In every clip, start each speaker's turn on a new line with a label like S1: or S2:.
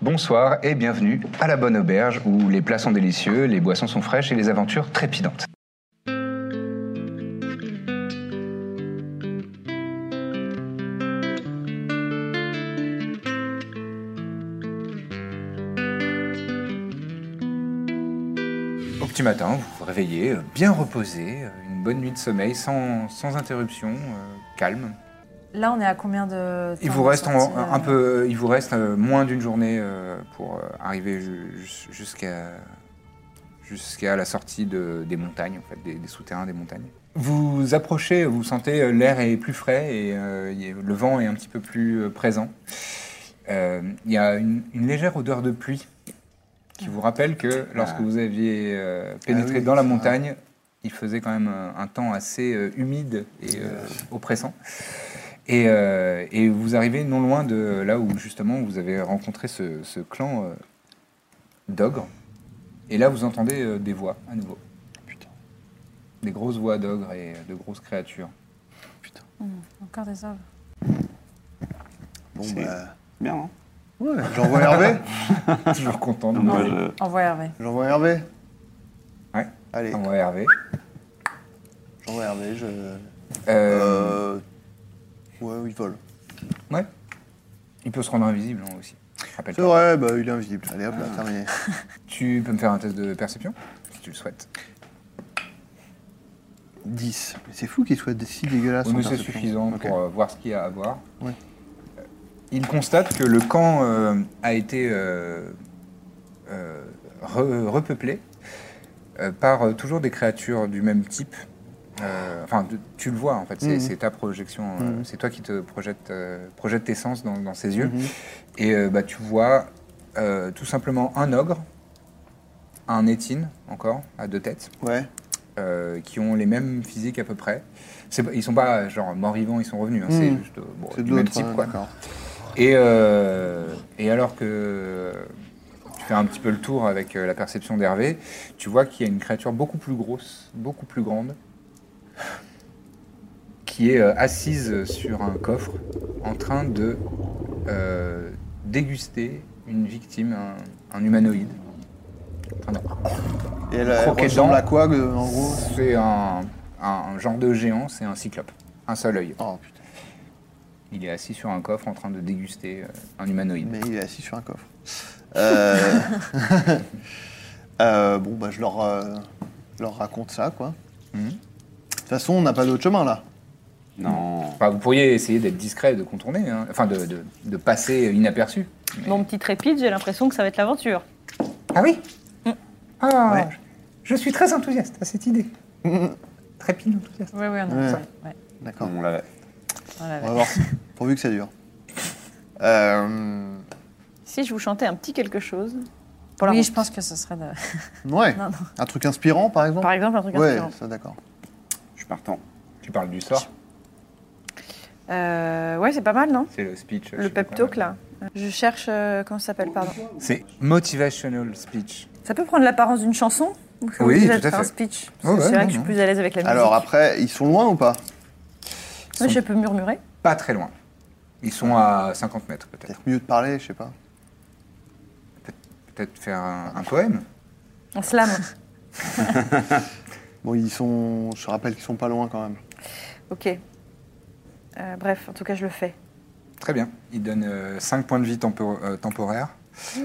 S1: Bonsoir et bienvenue à la Bonne Auberge où les plats sont délicieux, les boissons sont fraîches et les aventures trépidantes. Au petit matin, vous vous réveillez, euh, bien reposé, euh, une bonne nuit de sommeil sans, sans interruption, euh, calme.
S2: Là, on est à combien de temps
S1: Il vous reste
S2: de
S1: en-
S2: sortie euh, de-
S1: un, un peu, il vous reste euh, moins d'une journée euh, pour euh, arriver ju- jus- jusqu'à jusqu'à la sortie de- des montagnes, en fait, des, des souterrains des montagnes. Vous approchez, vous sentez euh, l'air est plus frais et euh, il y a- le vent est un petit peu plus euh, présent. Euh, Il y a une, une légère odeur de pluie qui vous rappelle que lorsque vous aviez euh, pénétré
S3: Ah oui,
S1: dans la
S3: ça.
S1: montagne, il faisait quand même un, un temps assez euh, humide et euh, oppressant. Et, euh, et vous arrivez non loin de là où justement vous avez rencontré ce, ce clan euh, d'ogres. Et là vous entendez euh, des voix à nouveau.
S3: Putain.
S1: Des grosses voix d'ogres et de grosses créatures.
S3: Putain.
S2: Encore des hommes.
S3: Bon,
S4: C'est-
S3: bah.
S4: Bien, hein
S3: J'envoie Hervé
S1: Toujours content de
S4: Moi,
S1: manger.
S4: je-
S2: Envoie Hervé.
S3: J'envoie Hervé
S1: Ouais.
S3: Allez,
S1: Envoie Hervé.
S3: j'envoie Hervé, je.
S1: Euh,
S3: Euh. Ouais, il vole.
S1: Ouais. Il peut se rendre invisible hein, aussi. rappelle
S3: C'est vrai, bah il est invisible. Allez hop là,
S1: Ah.
S3: terminé.
S1: Tu peux me faire un test de perception si tu le souhaites.
S3: 10. Mais c'est fou qu'il soit si dégueulasse.
S1: Oui,
S3: en
S1: mais c'est
S3: perception.
S1: suffisant
S3: Ok.
S1: pour euh, voir ce qu'il y a à voir. Euh,
S3: Ouais.
S1: Il constate que le camp euh, a été euh, euh, re- repeuplé euh, par euh, toujours des créatures du même type. Euh, Enfin, de- tu le vois en fait, c'est
S3: Mhm.
S1: c'est ta projection, euh,
S3: Mhm.
S1: c'est toi qui te projette, euh, projette tes sens dans, dans ses yeux.
S3: Mhm.
S1: Et euh, bah, tu vois euh, tout simplement un ogre, un étine encore, à deux têtes
S3: Ouais.
S1: euh, qui ont les mêmes physiques à peu près. C'est pas- Ils sont pas euh, genre morts-vivants, ils sont revenus. hein,
S3: Mhm.
S1: C'est juste euh, bon,
S3: C'est de
S1: du même
S3: l'autre.
S1: type,
S3: hein,
S1: quoi.
S3: D'accord.
S1: Et, euh, et alors que euh, tu fais un petit peu le tour avec euh, la perception d'Hervé, tu vois qu'il y a une créature beaucoup plus grosse, beaucoup plus grande, qui est euh, assise sur un coffre en train de euh, déguster une victime, un, un humanoïde. En train de-
S3: Et elle, elle
S1: Croquet dedans.
S3: ressemble
S1: Oh,
S3: à quoi, que- en gros
S1: C'est un, un genre de géant, c'est un cyclope. Un seul œil.
S3: Oh putain.
S1: Il est assis sur un coffre en train de déguster euh, un humanoïde.
S3: Mais il est assis sur un coffre. Euh... euh, bon, bah je leur, euh, je leur raconte ça, quoi.
S1: Mhm.
S3: De toute façon, on n'a pas d'autre chemin, là.
S4: Non.
S1: Enfin, vous pourriez essayer d'être discret et de contourner, hein. enfin de, de- de passer inaperçu. Mais-
S5: Mon petit trépide, j'ai l'impression que ça va être l'aventure.
S1: Ah oui Ah,
S3: Ouais.
S1: je, je suis très enthousiaste à cette idée. Très pile enthousiaste.
S2: Oui, oui, on a
S3: Ouais.
S2: ça. Ouais,
S3: D'accord.
S4: On l'avait.
S2: on a
S3: On
S2: Hervé.
S3: va voir. Pourvu que ça dure. Euh...
S5: Si je vous chantais un petit quelque chose. Pour la
S2: oui,
S5: route.
S2: je pense que ce serait de...
S3: Ouais.
S2: Non, non.
S3: Un truc inspirant, par exemple
S5: Par exemple, un truc
S3: Oh. Ouais,
S5: inspirant.
S3: ça d'accord.
S4: Je suis partant.
S1: Tu parles du sort,
S5: Euh, ouais, c'est pas mal, non
S1: c'est le speech. je
S5: Le
S1: sais plus
S5: pep talk,
S1: comment.
S5: là. Je cherche. euh, comment ça s'appelle, pardon
S1: C'est motivational speech.
S5: Ça peut prendre l'apparence d'une chanson ou c'est
S1: Oui,
S5: obligé
S1: tout
S5: de
S1: à
S5: faire un
S1: fait.
S5: speech
S1: Ouais,
S5: Parce que
S1: ouais,
S5: C'est vrai
S1: non,
S5: que je
S1: non.
S5: suis plus à l'aise avec la musique.
S3: Alors après, ils sont loin ou pas
S5: Oui, je peux murmurer.
S1: Pas très loin. Ils sont à 50 mètres peut-être.
S3: Peut-être mieux de parler, je sais pas.
S1: Peut-être faire un- un poème
S5: On slam.
S3: Bon, ils sont. Je rappelle qu'ils sont pas loin quand même.
S5: ok. Euh, bref, en tout cas, je le fais.
S1: Très bien. Il donne 5 points de vie tempo- euh, temporaires.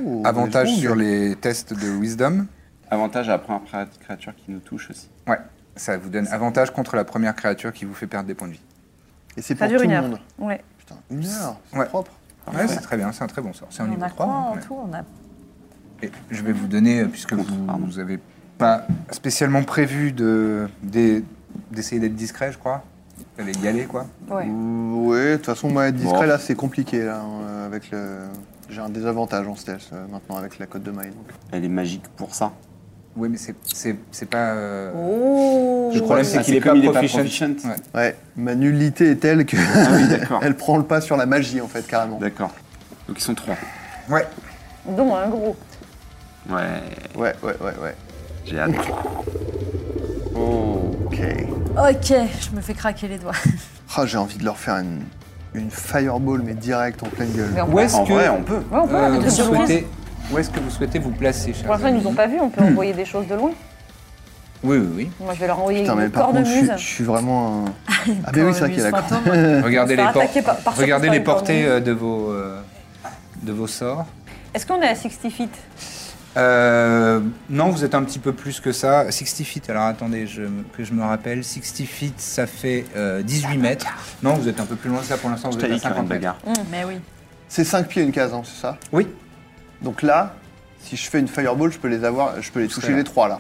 S3: Oh,
S1: Avantage
S3: mais bon,
S1: sur
S3: mais-
S1: les tests de wisdom.
S4: Avantage à la première pra- créature qui nous touche aussi.
S1: Ouais. Ça vous donne avantage contre la première créature qui vous fait perdre des points de vie.
S3: Et c'est pour
S5: Ça dure
S3: tout
S5: une
S3: le
S5: heure.
S3: monde.
S5: Ouais.
S3: Putain, une heure, c'est
S1: Ouais.
S3: propre.
S1: Ouais, c'est très bien, c'est un très bon sort. C'est un
S2: On
S1: niveau
S2: a
S1: 3.
S2: quoi
S1: hein, quand
S2: en
S1: même.
S2: tout On a
S1: Et je vais vous donner, euh, puisque vous
S4: pardon.
S1: vous avez pas spécialement prévu de- d'e- d'essayer d'être discret, je crois. Fallait y aller, quoi.
S5: Ouais.
S3: Ouais, de toute façon, moi, être discret,
S4: Bon.
S3: là, c'est compliqué. Là, hein, euh, avec le... J'ai un désavantage en stealth euh, maintenant avec la cote de maille. donc.
S4: Elle est magique pour ça.
S1: Oui, mais c'est- c'est c'est pas. euh,
S2: Oh
S1: Le problème, c'est
S4: Ah,
S1: qu'il est
S4: comme
S1: pas
S4: il est pas
S1: proficient.
S4: proficient.
S1: Ouais.
S3: Ouais, ma nullité est telle que
S4: Ah oui, d'accord.
S3: elle prend le pas sur la magie, en fait, carrément.
S4: D'accord. Donc ils sont trois.
S1: Ouais.
S5: Dont un gros.
S4: Ouais,
S3: Ouais, ouais, ouais, ouais.
S4: j'ai hâte.
S3: Oh, ok.
S2: Ok, je me fais craquer les doigts.
S3: Ah, j'ai envie de leur faire une, une fireball, mais direct en pleine gueule.
S5: Mais on
S1: Où est-ce
S4: En
S1: que euh,
S4: vrai, on peut.
S5: Ouais, on peut, avec
S1: vous
S5: des surprises.
S1: souhaitez Où est-ce que vous souhaitez vous placer, chers
S5: Pour l'instant, ils nous ont
S1: amis
S5: pas vus, on peut envoyer des choses de loin.
S1: Oui, oui,
S5: Moi, je vais leur envoyer
S3: Putain, mais
S5: une
S3: par contre, je suis-
S5: cornemuse.
S3: je suis vraiment un... Ah, ben oui, c'est vrai qu'il y a la
S2: Cornemuse
S3: cornemuse.
S1: oui. Regardez
S5: On
S1: les,
S5: se fait
S1: por-
S5: attaquer par- par surprise
S1: regardez
S5: par
S1: les
S5: une
S1: portées
S5: cornemuse.
S1: euh, de vos euh, de vos sorts.
S5: Est-ce qu'on est à 60 feet
S1: Euh, non, vous êtes un petit peu plus que ça. 60 feet, alors attendez je, me- que je me rappelle. 60 feet, ça fait euh, 18 mètres. Non, vous êtes un peu plus loin que ça pour l'instant,
S4: Je
S1: vous êtes
S4: t'ai dit
S1: à
S4: qu'il y aurait
S1: 50
S4: une
S1: mètres.
S4: bagarre.
S2: Mais oui.
S3: C'est 5 pieds une case, hein, c'est ça
S1: Oui,
S3: Donc là, si je fais une fireball, je peux les avoir, je peux les toucher
S1: là.
S3: les trois là,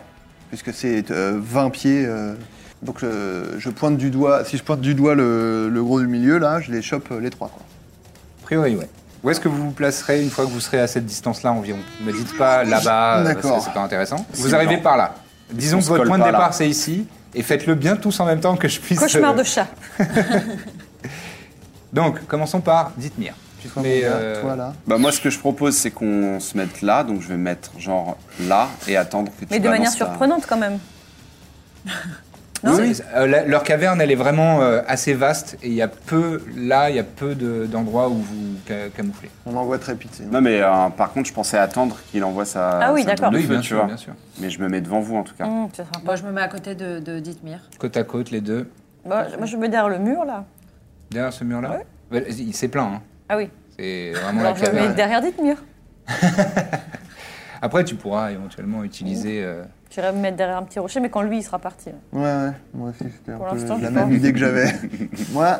S3: puisque c'est euh, 20 pieds. euh, donc euh, je pointe du doigt, si je pointe du doigt le, le gros du milieu là, je les chope euh, les trois. Quoi.
S1: a priori, ouais. Où est-ce que vous vous placerez une fois que vous serez à cette distance-là environ Ne dites pas là-bas, euh, parce
S3: D'accord.
S1: que c'est pas intéressant. Vous
S4: C'est
S1: arrivez
S4: bon.
S1: par là. Disons
S4: On
S1: que
S4: se
S1: votre
S4: colle
S1: point de
S4: pas là.
S1: départ, c'est ici. Et faites-le bien tous en même temps que je puisse...
S5: Cauchemar
S1: euh,
S5: de chat.
S1: Donc, commençons par Dithmir. Tu te
S3: Toi, mon
S1: mets,
S3: gars,
S1: euh,
S3: toi là.
S4: Bah moi ce que je propose c'est qu'on se mette là, donc je vais mettre genre là et attendre que tu
S5: Mais de
S4: balances
S5: manière
S4: ta-
S5: surprenante, quand même.
S1: Oui, oui. Euh, la- leur caverne, elle est vraiment euh, assez vaste et il y a peu, là, il y a peu de- d'endroits où vous ca- camouflez.
S3: On envoie très vite.
S1: Bah.
S3: sinon.
S4: Non mais euh, par contre je pensais attendre qu'il envoie sa,
S5: Ah oui,
S4: sa boule
S5: d'accord.
S4: de
S1: Oui,
S4: feu,
S1: bien
S4: tu
S1: sûr,
S4: vois.
S1: bien sûr.
S4: Mais je me mets devant vous en tout cas.
S5: Hum, ça sera pas-
S2: Moi, je me mets à côté de, de Dithmir.
S1: Côte à côte, les deux.
S5: Bah, je- Moi, je me mets derrière le mur, là.
S1: Derrière ce mur-là Ouais, Il s'est plein, hein.
S5: Ah oui.
S1: C'est vraiment
S5: Alors,
S1: la
S5: je me mets
S1: caverne.
S5: derrière Dithmir.
S1: Après, tu pourras éventuellement utiliser... euh,
S5: J'irai me mettre derrière un petit rocher, mais quand lui, il sera parti. euh,
S3: Ouais, ouais, moi aussi c'était un
S5: Pour
S3: peu
S5: l'instant, je
S3: la
S5: pense.
S3: même idée que j'avais. Moi,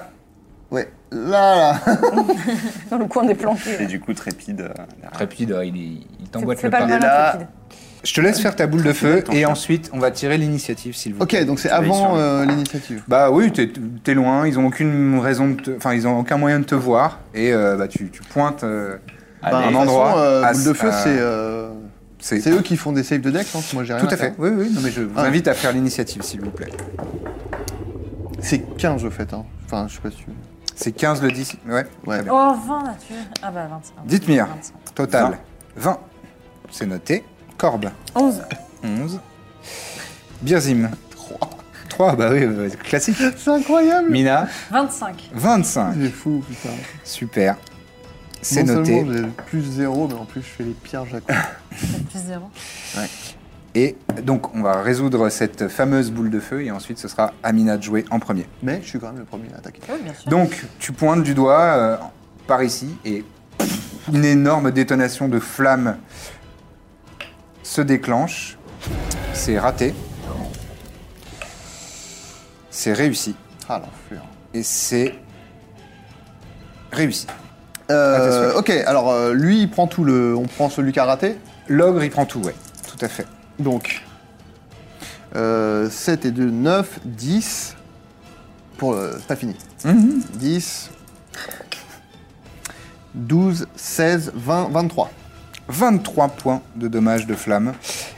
S3: ouais, là là.
S5: Dans le coin des planqués.
S4: Et du coup trépide. euh, derrière.
S1: Trépide, hein, il, est- il
S5: C'est
S1: t'emboîte
S5: c'est
S1: le
S5: pas
S1: pas.
S5: le malin,
S3: là.
S5: Cupide.
S1: Je te laisse faire ta boule de feu
S4: Attends.
S1: et ensuite, on va tirer l'initiative, s'il vous plaît.
S3: Ok, donc c'est
S4: Tu vas y
S3: avant
S4: survivre.
S3: euh, l'initiative.
S1: Bah oui, t'es t'es loin, ils ont aucune raison de te- Enfin, ils ont aucun moyen de te voir. Et euh, bah, tu, tu pointes... euh,
S3: Bah,
S4: Allez.
S3: de
S1: un
S3: toute
S1: endroit
S3: façon, euh,
S1: à-
S3: boule de feu,
S1: à-
S3: c'est euh,
S1: c'est-
S3: c'est eux qui font des saves de dex. hein, Moi, j'ai rien.
S1: Tout à
S3: faire.
S1: fait, Ah, oui, oui, non, mais je vous
S3: Ah.
S1: invite à faire l'initiative, s'il vous plaît.
S3: C'est 15 au fait. hein. Enfin, je sais pas si. tu-
S1: C'est 15 le 10, ouais.
S3: Ouais.
S1: Très bien.
S2: Oh, 20 là, tu Ah bah, 25.
S1: Dithmir,
S2: 25.
S1: total 20, c'est noté. Corbe,
S5: 11.
S1: 11. Birzim, 3. 3, bah oui, bah, classique.
S3: C'est incroyable.
S1: Mina,
S2: 25.
S1: 25.
S3: C'est Ah, fou, putain.
S1: Super. C'est
S3: Non
S1: noté.
S3: seulement j'ai plus zéro, mais en plus je fais les pires jacques.
S2: Plus 0.
S1: Et donc, on va résoudre cette fameuse boule de feu et ensuite, ce sera Amina de jouer en premier.
S3: mais je suis quand même le premier à attaquer.
S2: Oui, bien sûr.
S1: Donc, tu pointes du doigt euh, par ici et une énorme détonation de flammes se déclenche. C'est raté. C'est réussi.
S3: Ah l'enfer.
S1: Et c'est réussi.
S3: Euh, ok, alors euh, lui il prend tout le. On prend celui qui a raté.
S1: L'ogre, il prend tout, ouais. Tout à fait.
S3: Donc. euh, 7 et 2, 9, 10. Pour le. C'est pas fini.
S5: Mhm.
S3: 10. 12, 16, 20, 23.
S1: 23 points de dommages de flammes.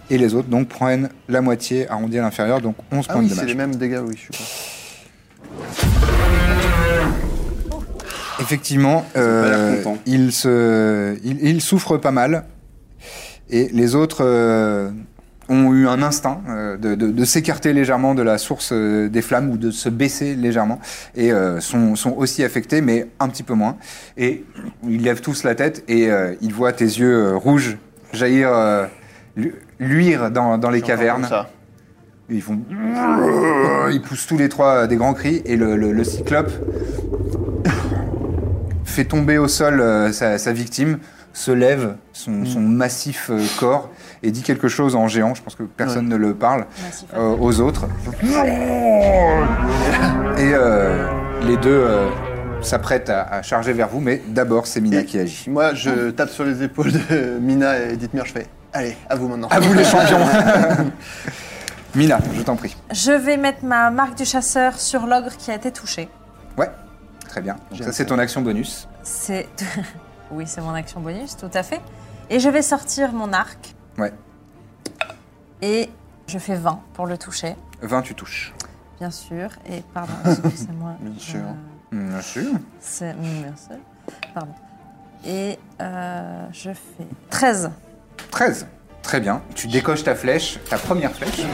S1: Et les autres, donc, prennent la moitié arrondie à l'inférieur, donc 11
S3: Ah
S1: points
S3: oui,
S1: de
S3: c'est
S1: dommages.
S3: les mêmes dégâts, oui, je suis con.
S1: Effectivement,
S4: pas l'air
S1: euh,
S4: content.
S1: il, se, il, il souffre pas mal. Et les autres euh, ont eu un instinct euh, de, de- de s'écarter légèrement de la source euh, des flammes ou de se baisser légèrement. Et euh, sont, sont aussi affectés, mais un petit peu moins. Et ils lèvent tous la tête et euh, ils voient tes yeux euh, rouges jaillir, euh, lu- luire dans, dans les
S3: J'entends
S1: cavernes.
S3: comme ça.
S1: Ils font. Ils poussent tous les trois euh, des grands cris et le, le- le cyclope fait tomber au sol euh, sa, sa victime, se lève son, son massif euh, corps et dit quelque chose en géant. Je pense que personne ne le parle
S2: Massif.
S1: euh, aux autres. Et euh, les deux euh, s'apprêtent à, à charger vers vous, mais d'abord c'est Mina
S3: Et-
S1: qui agit.
S3: Moi je tape sur les épaules de Mina et Dithmir, je fais. Allez, à vous maintenant.
S1: À vous les champions Mina, je t'en prie.
S2: Je vais mettre ma marque du chasseur sur l'ogre qui a été touché.
S1: Ouais, très bien. Donc
S3: J'aime
S1: ça, c'est
S3: ça.
S1: ton action bonus.
S2: C'est. oui, c'est mon action bonus, tout à fait. Et je vais sortir mon arc
S1: Ouais.
S2: et je fais 20 pour le toucher,
S1: 20, tu touches.
S2: bien sûr. Et pardon, excusez-moi.
S3: Bien
S2: je-
S3: sûr.
S1: Bien sûr.
S2: C'est. mm, Merci. Pardon. Et euh, je fais 13.
S1: 13. Très bien. Tu décoches ta flèche, ta première flèche,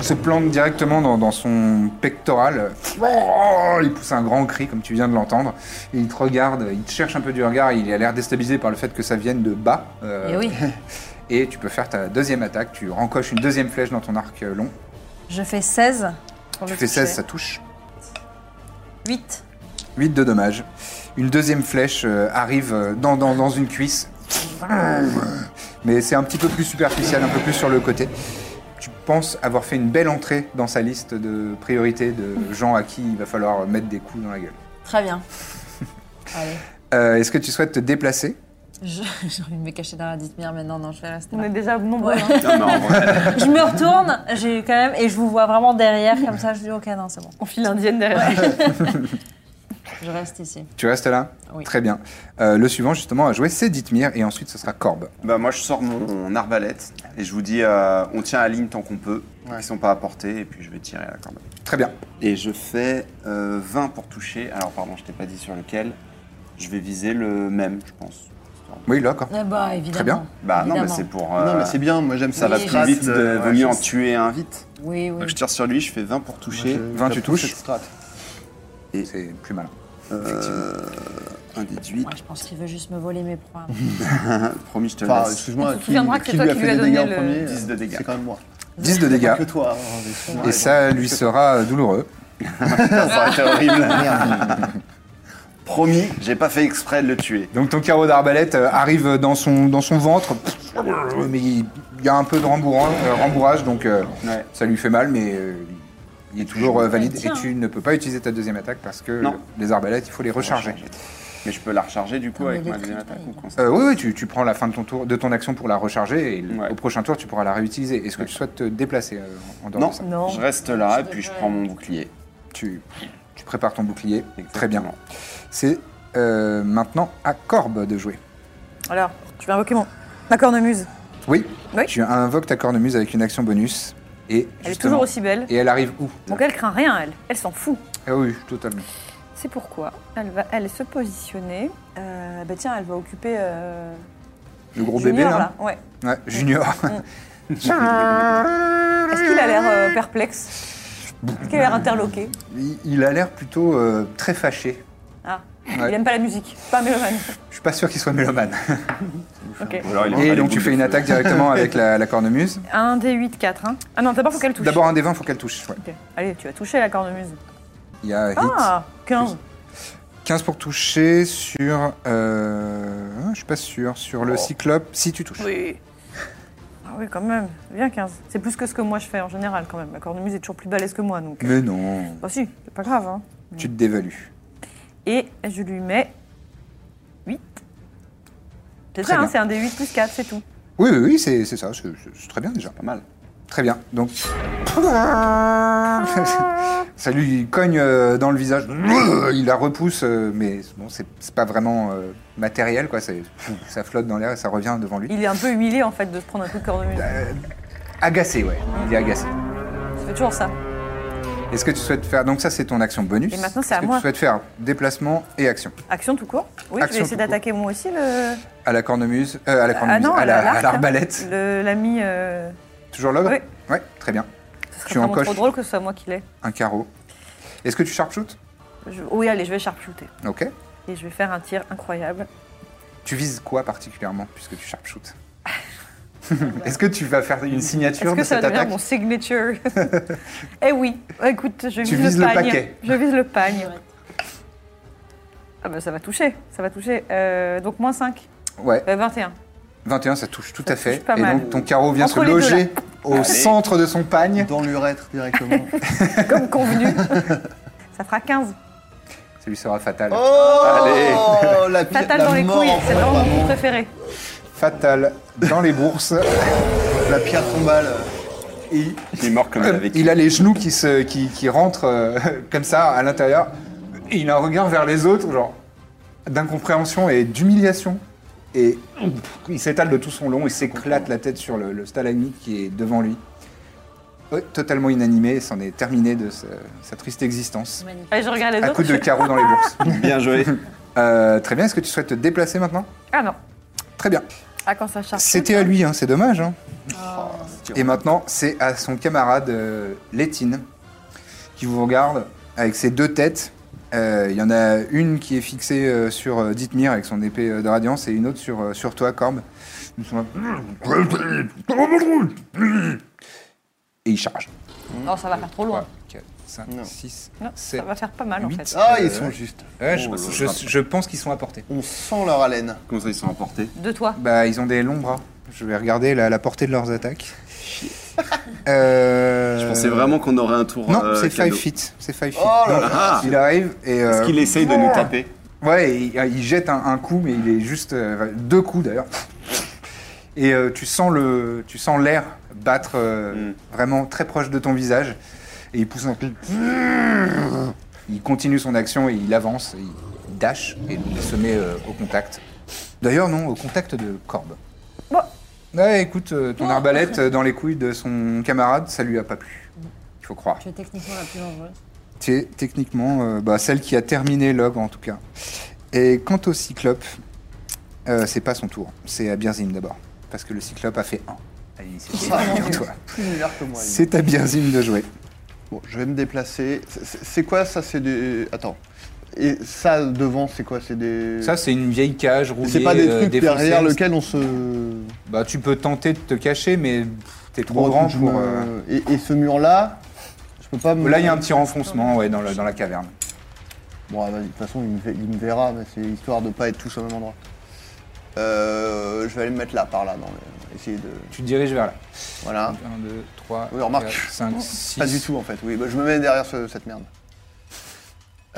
S1: se plante directement dans, dans son pectoral. Oh, il pousse un grand cri, comme tu viens de l'entendre. Et il te regarde, il te cherche un peu du regard. Il a l'air déstabilisé par le fait que ça vienne de bas. euh,
S2: Et Eh oui,
S1: Et tu peux faire ta deuxième attaque. Tu rencoches une deuxième flèche dans ton arc euh, long.
S2: je fais 16 pour
S1: Tu
S2: le
S1: fais
S2: toucher.
S1: 16, ça touche.
S2: 8.
S1: 8 de dommage. Une deuxième flèche euh, arrive euh, dans, dans- dans une cuisse. Mais c'est un petit peu plus superficiel, un peu plus sur le côté. Tu penses avoir fait une belle entrée dans sa liste de priorités de gens à qui il va falloir mettre des coups dans la gueule.
S2: Très bien. Allez.
S1: Euh, Est-ce que tu souhaites te déplacer
S2: Je- J'ai envie de me cacher derrière Dithmir, mais non, non, je vais rester
S5: On
S2: là.
S5: est déjà nombreux.
S2: Ouais.
S5: hein.
S4: Non, mais en vrai,
S2: Je me retourne, j'ai quand même, et je vous vois vraiment derrière, comme ça, je dis ok, non, c'est bon,
S5: On file l'indienne derrière.
S2: je reste ici.
S1: Tu restes là
S2: Oui.
S1: Très bien. Euh, le suivant, justement, à jouer, c'est Dithmir et ensuite ce sera Corbe.
S4: bah, moi je sors mon, mon arbalète et je vous dis euh, on tient à ligne tant qu'on peut,
S3: Ouais.
S4: ils sont pas à portée et puis je vais tirer à la corde.
S1: Très bien.
S4: Et je fais euh, 20 pour toucher. Alors pardon, je t'ai pas dit sur lequel. Je vais viser le même, je pense.
S1: Oui, hein. là, Corbe.
S2: Ah bah, évidemment.
S1: Très bien.
S4: Bah non, mais
S2: Évidemment.
S4: c'est pour. euh,
S3: Non, mais c'est bien, moi j'aime
S4: Ça
S3: ça.
S4: va
S3: la
S4: plus
S3: strat euh,
S4: vite, de- vaut
S3: ouais,
S4: mieux en
S3: je-
S4: tuer un vite.
S2: Oui, oui.
S4: Donc je tire sur lui, je fais 20 pour toucher.
S3: je-
S1: 20, tu
S3: j'approuve
S1: touches.
S3: cette strat.
S1: C'est plus malin.
S4: Euh, Un des 18.
S2: Moi, je pense qu'il veut juste me voler mes proies.
S4: Promis, je te
S3: Enfin,
S4: laisse.
S3: excuse-moi,
S5: Tu te
S3: qui,
S5: souviendras que
S3: qui
S5: c'est
S3: lui
S5: toi
S3: a
S5: qui
S3: fait
S5: lui
S3: des
S5: as
S3: dégâts en
S5: donné le-
S3: premier
S4: 10 de dégâts.
S3: C'est quand même moi.
S1: 10 de
S3: Pas
S1: dégâts.
S3: que toi. hein, excuse-moi.
S1: Et ça lui sera euh, douloureux.
S4: Ça aurait été horrible. Promis, j'ai pas fait exprès de le tuer.
S1: Donc ton carreau d'arbalète euh, arrive dans son, dans son ventre, Pff, mais il il y a un peu de rembourrage, euh, rembourrage, donc euh,
S4: Ouais.
S1: ça lui fait mal, mais euh, il est toujours euh, valide. Et
S2: tiens.
S1: tu ne peux pas utiliser ta deuxième attaque parce que
S4: Non.
S1: les arbalètes, il faut les recharger.
S4: Mais je peux la recharger du coup
S2: Non, mais
S4: avec
S2: les
S4: ma deuxième
S2: traits,
S4: attaque ou
S2: ouais.
S4: quoi
S1: Euh, oui, oui, tu, tu prends la fin de ton tour, de ton action pour la recharger et le-
S4: Ouais.
S1: au prochain tour, tu pourras la réutiliser. Est-ce que tu souhaites te déplacer euh, en dehors
S4: Non,
S1: de ça
S5: Non.
S4: je reste là et
S2: Je
S4: puis je
S2: devrais-
S4: prends mon bouclier.
S1: tu, tu prépares ton bouclier. Très bien.
S4: Exactement.
S1: C'est euh, maintenant à Corbe de jouer.
S5: Alors, tu vas invoquer mon... ma cornemuse.
S1: Oui,
S5: Oui.
S1: tu invoques ta cornemuse avec une action bonus. Et
S5: Elle est
S1: justement-
S5: toujours aussi belle.
S1: Et elle arrive où
S5: Donc elle craint rien, elle. Elle s'en fout.
S1: Ah oui, totalement.
S5: C'est pourquoi elle va elle se positionner. Euh, bah tiens, elle va occuper euh,
S1: Le gros
S5: Junior,
S1: bébé, hein.
S5: là.
S1: là.
S5: Ouais.
S1: Ouais, Junior.
S5: Est-ce qu'il a l'air euh, perplexe Est-ce qu'il a l'air interloqué
S1: il, il a l'air plutôt euh, très fâché.
S5: Ah,
S1: Ouais.
S5: il aime pas la musique, pas un mélomane.
S1: Je suis pas sûr qu'il soit mélomane.
S5: Ok.
S4: Ou alors, il aura
S1: Et
S4: les
S1: donc tu
S4: boules
S1: fais
S4: de
S1: une
S4: feu.
S1: attaque directement avec la, la cornemuse.
S5: 1 d 8, 4. Hein. Ah non, d'abord faut qu'elle touche.
S1: D'abord un des 20, faut qu'elle touche. ouais.
S5: Ok. Allez, tu vas toucher la cornemuse.
S1: Il y a hit.
S5: Ah, 15.
S1: 15 pour toucher sur... euh, je suis pas sûr. Sur
S4: Oh.
S1: le cyclope, si tu touches.
S5: Oui. Ah oui, quand même. Bien 15. C'est plus que ce que moi je fais en général quand même. La cornemuse est toujours plus balèze que moi donc.
S1: Mais non,
S5: Bah si, c'est pas grave. Hein.
S1: tu te dévalues.
S5: Et je lui mets 8. C'est
S1: Très
S5: ça, hein,
S1: bien.
S5: c'est un des 8 plus 4, c'est tout.
S1: Oui, oui, oui, c'est c'est ça. C'est c'est très bien déjà.
S4: Pas mal.
S1: Très bien. Donc. Ça lui cogne euh, dans le visage. Il la repousse, euh, mais bon, c'est c'est pas vraiment euh, matériel, quoi. C'est- Ça flotte dans l'air et ça revient devant lui.
S5: Il est un peu humilié en fait de se prendre un coup de cornemuse.
S1: Agacé, ouais. Il est agacé.
S5: Ça fait toujours ça.
S1: Est-ce que tu souhaites faire. Donc, ça, c'est ton action bonus.
S5: Et maintenant, c'est à
S1: Est-ce que
S5: moi.
S1: Tu souhaites faire déplacement et action.
S5: Action tout court. Oui, je
S1: Action
S5: vais essayer
S1: tout court.
S5: d'attaquer moi aussi le.
S1: À la cornemuse. euh, à la cornemuse. à la- à
S5: l'arc,
S1: l'arbalète.
S5: hein. Le- L'ami. euh,
S1: Toujours l'ogre
S5: Oui.
S1: Ouais, très bien.
S5: Ce serait
S1: Tu
S5: vraiment
S1: encoches.
S5: trop drôle que ce soit moi qui l'ai.
S1: Un carreau. Est-ce que tu sharpshoot
S5: Je- Oui, allez, je vais sharpshooter.
S1: Ok.
S5: Et je vais faire un tir incroyable.
S1: Tu vises quoi particulièrement puisque tu sharpshoot Est-ce que tu vas faire une signature
S5: Est-ce que
S1: de
S5: ça
S1: cette
S5: va devenir
S1: attaque
S5: mon signature Eh oui, écoute, je vise,
S1: vises
S5: le
S1: le
S5: pagne.
S1: paquet.
S5: Je vise le pagne. Ah bah ça va toucher, ça va toucher. Euh, donc moins 5,
S1: Ouais,
S5: Euh, 21.
S1: 21 ça touche tout à
S5: touche
S1: fait.
S5: pas
S1: Et
S5: mal.
S1: donc ton carreau vient
S5: Entre
S1: se
S5: les deux,
S1: loger au
S4: Allez.
S1: centre de son pagne.
S3: Dans l'urètre directement.
S5: Comme convenu. ça fera 15.
S1: Ça lui sera fatal.
S4: Allez.
S3: Oh, la pire-
S5: Fatal
S3: la
S5: dans les
S3: mort,
S5: couilles, c'est vraiment mon coup
S3: vraiment.
S5: préféré.
S1: Fatal dans les bourses.
S3: La pierre tombale.
S1: il,
S4: Il est mort comme il avait
S1: Euh, il a les genoux qui, se, qui, qui rentrent euh, comme ça à l'intérieur. Et il a un regard vers les autres, genre d'incompréhension et d'humiliation. Et il s'étale de tout son long, il s'éclate la tête sur le, le stalagmite qui est devant lui. Ouais, totalement inanimé, c'en est terminé de ce- sa triste existence.
S2: Magnifique.
S5: Allez, je regarde les
S1: À
S5: autres.
S1: coups de carreau dans les bourses.
S4: Bien joué.
S1: Euh, très bien, est-ce que tu souhaites te déplacer maintenant
S5: Ah non.
S1: Très bien.
S5: Ah, quand ça charge.
S1: C'était à lui, hein, c'est dommage. hein.
S4: c'est
S1: Et maintenant, c'est à son camarade euh, Létine qui vous regarde avec ses deux têtes. Euh, Il y en a une qui est fixée euh, sur euh, Dithmir avec son épée euh, de radiance et une autre sur, euh, sur toi, Corbe. Ils sont là, Et il charge.
S2: Non, ça va faire trop loin.
S1: 4, 5,
S4: Non.
S1: 6,
S5: Non,
S1: 7.
S5: ça va faire pas mal en
S1: huit. Euh,
S5: fait.
S3: Ah, ils sont justes.
S1: je,
S4: Oh là
S1: je-
S4: là.
S1: je pense qu'ils sont à portée.
S3: On sent leur haleine.
S4: Comment ça, ils sont emportés
S5: De toi.
S1: Bah, ils ont des longs bras. Je vais regarder la, la portée de leurs attaques. Euh,
S4: Je pensais vraiment qu'on aurait un tour.
S1: Non,
S4: euh,
S1: c'est
S4: cadeau.
S1: 5 feet. C'est five feet.
S3: Oh là
S1: Donc,
S4: là.
S1: Il arrive et.
S4: Est-ce
S1: euh,
S4: qu'il essaye de nous taper
S1: Ouais, il, il jette un, un coup, mais il est juste euh, deux coups d'ailleurs. Et euh, tu sens le, tu sens l'air battre euh,
S4: Mm.
S1: vraiment très proche de ton visage. Et il pousse un cri. Il continue son action et il avance, et il dash et il se met euh, au contact. D'ailleurs non, au contact de Corbe.
S5: Bon.
S1: Ouais, écoute, euh, ton arbalète euh, dans les couilles de son camarade, ça lui a pas plu. Il faut croire.
S2: Tu es techniquement la plus dangereuse.
S1: Tu es techniquement euh, bah, celle qui a terminé l'og en tout cas. Et quant au cyclope, euh, c'est pas son tour, c'est à Birzim d'abord. Parce que le cyclope a fait 1. à l'initiative. Et toi.
S3: Plus meilleur que moi. lui.
S1: C'est à Birzim de jouer.
S3: Bon, je vais me déplacer. C'est- C'est c'est quoi ça C'est des. Attends. Et ça devant, c'est quoi C'est des.
S1: Ça, c'est une vieille cage rouillée.
S3: c'est pas des
S1: euh,
S3: trucs
S1: défoncée.
S3: derrière lequel on se.
S1: Bah, tu peux tenter de te cacher, mais pff, t'es trop
S3: Bon,
S1: grand
S3: je
S1: pour.
S3: me- euh, et, et ce mur là, je peux pas.
S1: euh,
S3: Me...
S1: Là, il y a un petit renfoncement ouais, dans, le- dans la caverne.
S3: Bon, ah, vas-y, de toute façon, il me, ve- il me verra, mais c'est histoire de pas être tous au même endroit. Euh, je vais aller me mettre là, par là, dans le- essayer de.
S1: Tu te diriges vers là.
S3: Voilà.
S1: 1, 2, 3,
S3: Oui, remarque.
S1: 4, 5, 6.
S3: Pas du tout en fait. Oui, bah, je me mets derrière ce- cette merde.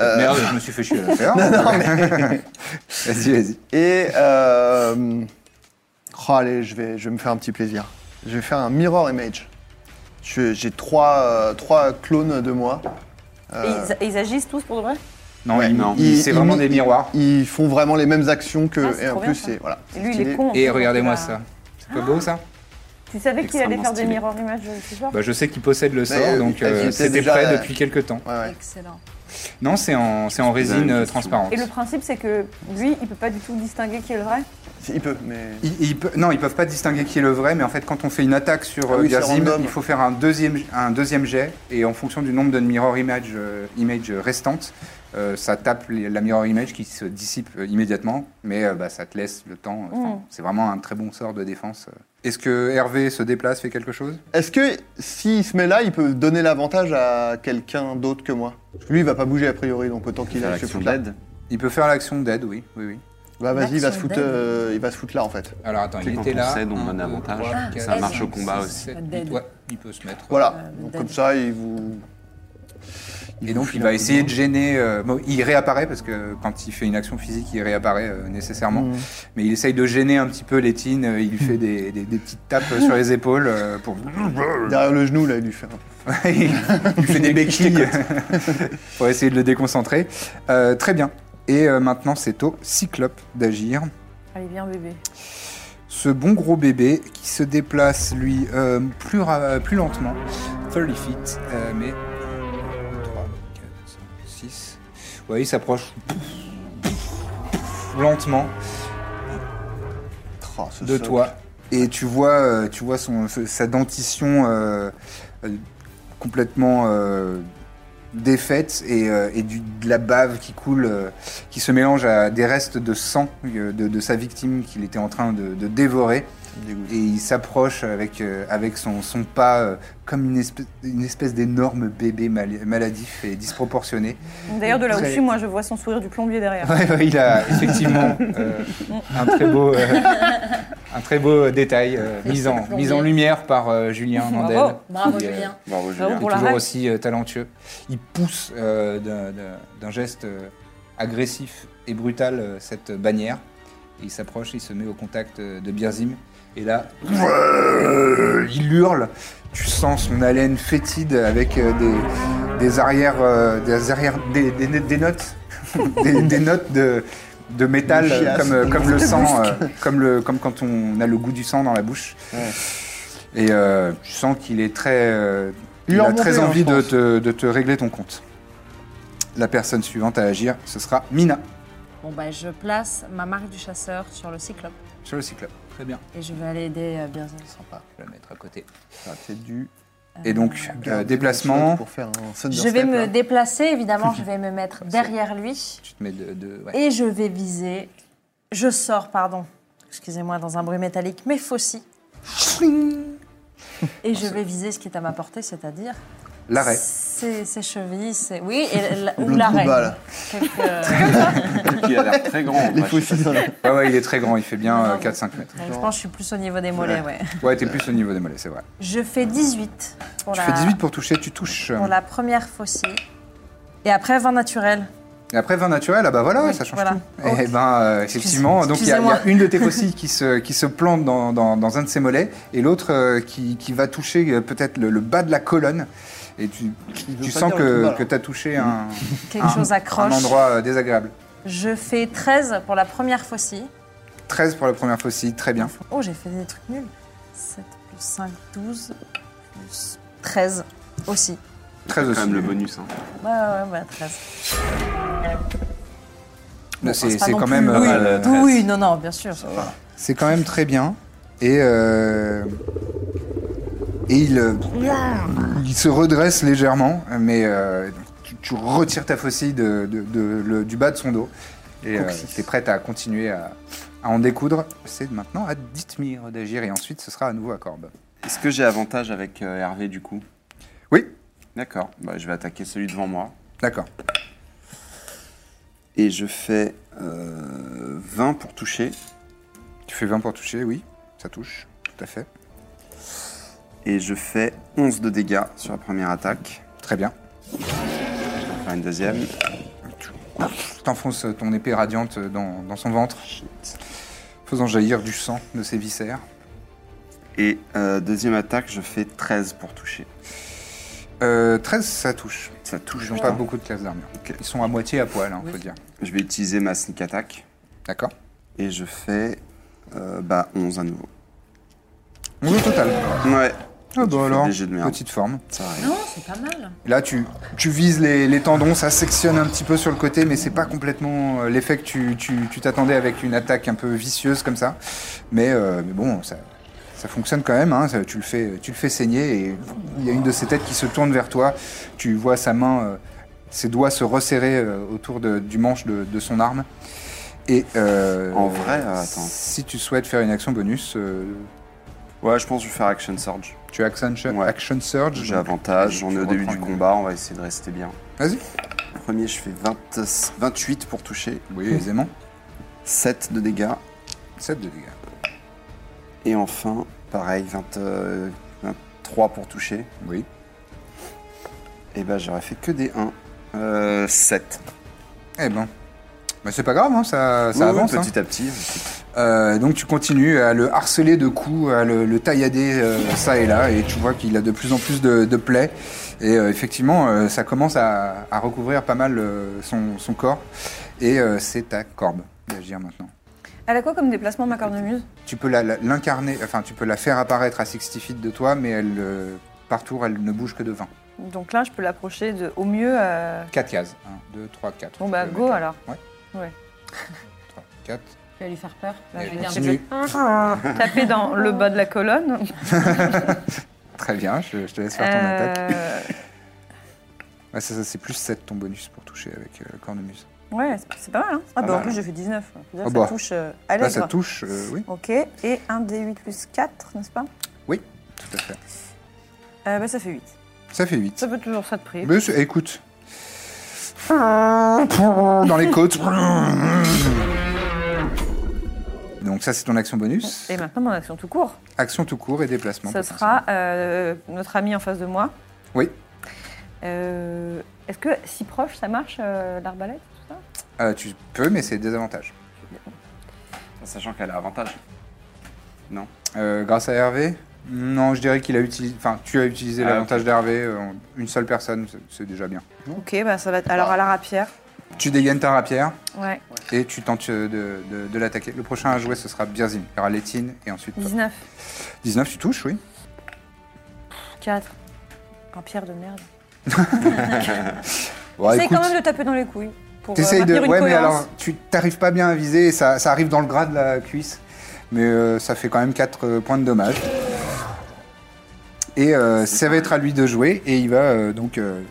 S3: Euh,
S1: Merde, je me suis fait chier à la faire. Vas-y, vas-y.
S3: Et euh, oh, allez, je vais, je vais me faire un petit plaisir. Je vais faire un mirror image. Je- J'ai trois, euh, trois clones de moi. Euh,
S5: Et ils, et ils agissent tous pour de vrai
S1: Non,
S3: Ouais.
S1: il-
S4: non.
S1: il- Ah, c'est
S3: Ils-
S1: vraiment
S3: ils-
S1: des miroirs.
S3: Ils font vraiment les mêmes actions que.
S5: Ah, c'est
S3: et en
S5: trop
S3: plus,
S5: bien, ça.
S3: c'est voilà.
S5: Et lui, il
S3: stylé.
S5: est con. en
S1: Et
S5: fait,
S1: regardez-moi
S5: parce que
S1: ça.
S5: là-
S1: C'est pas beau ça
S5: Tu savais qu'il allait
S4: Extrêmement
S5: faire des
S4: stylé.
S5: mirrors images de ce genre
S1: bah, Je sais qu'il possède le sort,
S3: euh,
S1: donc
S3: il-
S1: euh,
S3: il était
S1: c'était
S3: déjà,
S1: prêt
S3: euh,
S1: depuis quelques temps.
S3: Ouais, ouais.
S2: Excellent.
S1: Non, c'est en, c'est en résine euh, transparente.
S5: Et le principe, c'est que lui, il peut pas du tout distinguer qui est le vrai.
S3: C'est- Il peut, mais.
S1: Ils- ils pe- non, ils peuvent pas distinguer qui est le vrai, mais en fait, quand on fait une attaque sur
S3: Ah
S1: euh,
S3: oui, c'est
S1: Birzim,
S3: random.
S1: il faut faire un deuxième, un deuxième jet, et en fonction du nombre de mirror image, euh, image restante, euh, ça tape les- la mirror image qui se dissipe euh, immédiatement, mais euh, bah, ça te laisse le temps. euh, 'fin,
S5: Mm.
S1: C'est vraiment un très bon sort de défense. euh. Est-ce que Hervé se déplace, fait quelque chose
S3: Est-ce que s'il se met là, il peut donner l'avantage à quelqu'un d'autre que moi Parce que Lui, il va pas bouger a priori, donc autant qu'il
S4: Faire
S3: aille se
S4: l'action
S3: foutre là.
S4: d'aide.
S1: Il peut faire l'action d'aide, oui, oui, oui.
S3: Bah vas-y, il va se
S2: L'action
S3: foutre,
S2: d'aide.
S3: euh, il va se foutre là en fait.
S1: Alors attends,
S4: Tu sais,
S1: il
S4: quand
S1: était
S4: on
S1: là.
S4: cède, on
S1: un,
S4: donne
S1: deux,
S4: avantage.
S1: trois,
S2: Ah,
S1: quatre,
S2: ça marche
S1: cinq,
S4: au combat
S1: six,
S4: aussi.
S1: sept,
S2: Dead.
S1: huit, ouais, il peut se mettre.
S3: Voilà.
S2: Euh,
S3: donc
S2: dead.
S3: comme ça, il vous.
S1: Et
S3: vous
S1: donc il
S3: file un
S1: va
S3: coup
S1: essayer de
S3: de
S1: gêner. euh, bon, il réapparaît parce que quand il fait une action physique, il réapparaît euh, nécessairement.
S4: Mmh.
S3: Mhm.
S1: Mais il essaye de gêner un petit peu Létine. euh, Il lui fait des, des- des petites tapes euh, sur les épaules euh, pour.
S3: main. Derrière le genou, là, il lui fait un peu.
S1: il lui fait des béquilles pour essayer de le déconcentrer. Euh, très bien. Et euh, maintenant c'est au Cyclope d'agir.
S5: Allez, viens, bébé.
S1: Ce bon gros bébé qui se déplace lui euh, plus, ra- plus lentement, 30 feet, euh, mais 3, 4, 5, 6. Ouais, il s'approche lentement
S3: Oh, ce
S1: de
S3: socle.
S1: toi et tu vois, euh, tu vois son, ce- sa dentition euh, euh, complètement euh, défaite et, euh, et du, de la bave qui coule, euh, qui se mélange à des restes de sang euh, de, de sa victime qu'il était en train de, de dévorer. Et il s'approche avec, euh, avec son, son pas euh, comme une espèce, une espèce d'énorme bébé mal- maladif et disproportionné.
S5: D'ailleurs, de là
S1: Très-
S5: au-dessus, moi, je vois son sourire du plombier derrière.
S1: Ouais, ouais, il a effectivement euh, un très beau, euh, un très beau détail euh, mis, en, mis en lumière par euh, Julien Mandel.
S5: Bravo.
S2: Bravo,
S1: qui, euh,
S2: Julien.
S4: Bravo,
S1: qui
S4: Julien.
S1: est
S5: Pour la
S1: toujours
S5: rec.
S1: aussi euh, talentueux. Il pousse euh, d'un- d'un- d'un geste euh, agressif et brutal euh, cette bannière Il s'approche, il se met au contact euh, de Birzim. Et là, il hurle. Tu sens son haleine fétide avec euh, des, des arrières, euh, des, arrières des, des- des notes, des, des notes de, de métal
S3: Une chiasse.
S1: comme, euh, comme le sang, euh, comme, le, comme quand on a le goût du sang dans la bouche. Et euh, tu sens qu'il est très, euh,
S3: Il
S1: il
S3: est
S1: a
S3: remonté,
S1: très
S3: hein, je
S1: envie de
S3: pense.
S1: te, de te régler ton compte. La personne suivante à agir, ce sera Mina
S2: Bon, bah, je place ma marque du chasseur sur le cyclope
S1: sur le cyclope. Très bien.
S2: et je vais aller aider euh, Birzim.
S3: Sympa.
S1: Je vais la mettre à côté.
S3: Ça, C'est du
S1: Et donc, euh,
S3: garder
S1: déplacement,
S3: pour faire un hein. thunder
S2: Je vais
S3: step,
S2: me
S3: là.
S2: déplacer, évidemment, je vais me mettre derrière lui
S1: tu te mets de. de- ouais.
S2: et je vais viser. Je sors, pardon, excusez-moi, dans un bruit métallique, mais faucille. Et je vais viser ce qui est à ma portée, c'est-à-dire
S1: L'arrêt.
S2: Ses, ses chevilles, ses... oui, et l-
S3: Le
S2: ou
S3: trou de
S2: l'arrêt.
S3: balle.
S2: Quelque- Donc,
S4: Qui a l'air très grand. en
S3: Les
S4: vrai, je sais
S3: fossiles. là.
S1: Ouais, ouais, il est très grand, il fait bien euh,
S2: Bravo.
S1: 4-5 mètres.
S2: je pense que je suis plus au niveau des mollets, ouais.
S1: Ouais, t'es plus au niveau des mollets, c'est vrai.
S2: Je fais 18 pour,
S1: Tu
S2: la,
S1: fais 18 pour toucher, tu touches. euh,
S2: pour la première faucille. Et après, 20 naturel.
S1: Et après 20 naturel, ah bah voilà,
S2: Oui,
S1: ça change
S2: voilà. Oh.
S1: tout. Et ben, euh, effectivement, donc il y a- il y, a
S2: excusez-moi.
S1: une de tes faucilles qui se, qui se plante dans, dans- dans un de ses mollets et l'autre euh, qui, qui va toucher euh, peut-être le, le bas de la colonne. Et tu,
S3: veut
S1: tu
S3: pas
S1: sens
S3: dire le trou de
S1: que,
S3: balle.
S1: que t'as touché un,
S2: Quelque
S1: Ah, un-
S2: chose accroche.
S1: un endroit euh, désagréable.
S2: Je fais 13 pour la première faucille.
S1: 13 pour la première faucille, très bien.
S2: Oh, j'ai fait des trucs nuls. 7 plus 5, 12 plus 13 aussi.
S1: 13
S4: pas, quand
S1: aussi.
S4: même le bonus. hein.
S2: Ouais, ouais, ouais, bah, 13.
S1: Bon, C'est
S2: C'est pas
S1: c'est
S2: non
S1: quand
S2: plus-
S1: même.
S2: Oui,
S4: pas
S1: euh,
S4: le 13.
S2: oui, non, non, bien sûr. ça va.
S1: C'est quand même très bien. Et, euh, et il, euh, il se redresse légèrement, mais euh, tu, tu retires ta faucille de, de- de- le- du bas de son dos. Et tu es prête à continuer à, à en découdre. C'est maintenant à Dithmir d'agir, et ensuite ce sera à nouveau à Corbe.
S4: Est-ce que j'ai avantage avec euh, Hervé du coup
S1: Oui.
S4: D'accord. Bah, je vais attaquer celui devant moi.
S1: D'accord.
S4: Et je fais euh, 20 pour toucher.
S1: Tu fais 20 pour toucher, oui, ça touche, tout à fait.
S4: Et je fais 11 de dégâts sur la première attaque.
S1: Très bien.
S4: Je vais en faire une deuxième.
S1: Tu t'enfonces ton épée radiante dans, dans son ventre, faisant jaillir du sang de ses viscères.
S4: Et euh, deuxième attaque, je fais 13 pour toucher.
S1: Euh, 13, ça touche.
S4: Ça touche. hein.
S1: Ils n'ont
S4: je
S1: pas
S4: crois.
S1: beaucoup de classes d'armure.
S4: Ok.
S1: Ils sont à moitié à poil, hein, faut dire.
S4: Je vais utiliser ma sneak attack.
S1: D'accord.
S4: Et je fais euh, bah, 11 à nouveau.
S1: 11 au total.
S4: Ouais.
S1: Ah
S4: Euh, Tu fais
S1: bah alors,
S4: des jets de merde.
S1: petite forme.
S4: Ça arrive.
S2: Non, c'est pas mal.
S1: Et Là, tu, tu vises les, les tendons, ça sectionne un petit peu sur le côté, mais c'est pas complètement euh, l'effet que tu tu- tu t'attendais avec une attaque un peu vicieuse comme ça. Mais, euh, mais bon, ça, ça fonctionne quand même. hein, ça- tu, le fais, tu le fais saigner et il y a une de ses têtes qui se tourne vers toi. Tu vois sa main, euh, ses doigts se resserrer euh, autour de- du manche de, de son arme. Et euh,
S4: En vrai, euh, attends.
S1: si tu souhaites faire une action bonus, euh,
S4: Ouais, je pense que je vais faire Action Surge.
S1: tu as action,
S4: Ouais.
S1: action surge.
S4: J'ai
S1: donc-
S4: avantage, on
S1: tu
S4: est au début
S1: reprends
S4: du
S1: une-
S4: combat, on va essayer de rester bien.
S1: Vas-y.
S4: Premier, je fais 20 28 pour toucher,
S1: Oui, aisément.
S4: 7 de dégâts.
S1: 7 de dégâts.
S4: Et enfin, pareil, 20, euh, 23 pour toucher.
S1: Oui.
S4: Et bah j'aurais fait que des euh, 1. 7.
S1: Eh ben. Mais c'est pas grave, hein, ça, ça
S4: Oui, oui,
S1: avance. hein.
S4: petit à petit.
S1: Euh, donc tu continues à le harceler de coups, à le, le taillader euh, ça et là, et tu vois qu'il a de plus en plus de, de plaies. Et euh, effectivement, euh, ça commence à, à recouvrir pas mal euh, son, son corps. Et euh, c'est ta corbe d'agir maintenant.
S5: Elle a quoi comme déplacement, ma cornemuse
S1: Tu peux la- la- l'incarner, enfin tu peux la faire apparaître à 60 feet de toi, mais elle, euh, par tour, elle ne bouge que de 20.
S5: Donc là, je peux l'approcher de, au mieux. euh,
S1: 4 cases. 1, 2, 3, 4.
S5: Bon bah go alors.
S1: 3, 4.
S2: Tu vas lui faire peur.
S5: Là, je
S1: Elle
S5: vais dire-
S1: continue.
S5: Taper dans le bas de la colonne.
S1: Très bien, je, je te laisse faire ton attaque.
S5: Euh,
S1: Ouais, ça, ça, c'est plus 7 ton bonus pour toucher avec euh, cornemuse.
S5: Ouais, c'est- c'est pas mal. Hein.
S1: pas
S5: Ah bah en
S1: mal,
S5: plus,
S1: hein.
S5: j'ai fait 19. Je veux dire,
S1: Ah
S5: ça
S1: bah.
S5: touche euh,
S1: Là,
S5: allègre.
S1: ça touche, euh, oui,
S5: Ok, et un D8 plus 4, n'est-ce pas
S1: tout à fait.
S5: Euh, Bah ça fait 8.
S1: Ça fait 8.
S5: Ça peut toujours ça de prix.
S1: Mais c'est- eh, écoute. Dans les côtes. Donc, ça, c'est ton action bonus.
S5: Et maintenant, mon action tout court.
S1: Action tout court et déplacement.
S5: Ce
S1: potentiel.
S5: sera euh, notre ami en face de moi.
S1: Oui.
S5: Euh, Est-ce que si proche, ça marche, euh, l'arbalète tout ça
S1: Euh, tu peux, mais c'est des avantages.
S4: en sachant qu'elle a avantage. Non
S1: Euh, grâce à Hervé Non, je dirais qu'il a utilisé. Enfin, tu as utilisé
S4: Ah,
S1: l'avantage d'Hervé. euh, en- une seule personne, c'est- c'est déjà bien.
S5: Ok, bah ça va être. Alors à la rapière.
S1: Tu dégaines ta rapière
S5: Ouais.
S1: et tu tentes euh, de, de- de l'attaquer. Le prochain à jouer, ce sera Birzim. Il y aura Létine et ensuite. toi.
S5: 19,
S1: 19, tu touches, oui.
S5: 4. Rapière de merde.
S2: Bah,
S1: Bon,
S5: Essaye
S1: Bah, écoute,
S5: quand même de taper dans les couilles. Pour euh,
S1: t'essayes de.
S5: maintenir une
S1: Ouais, mais
S5: cohérence.
S1: alors, tu t'arrives pas bien à viser et ça, ça arrive dans le gras de la cuisse. Mais euh, ça fait quand même 4 points de dommage. Et euh, ça va être à lui de jouer. Et il va euh, donc. euh,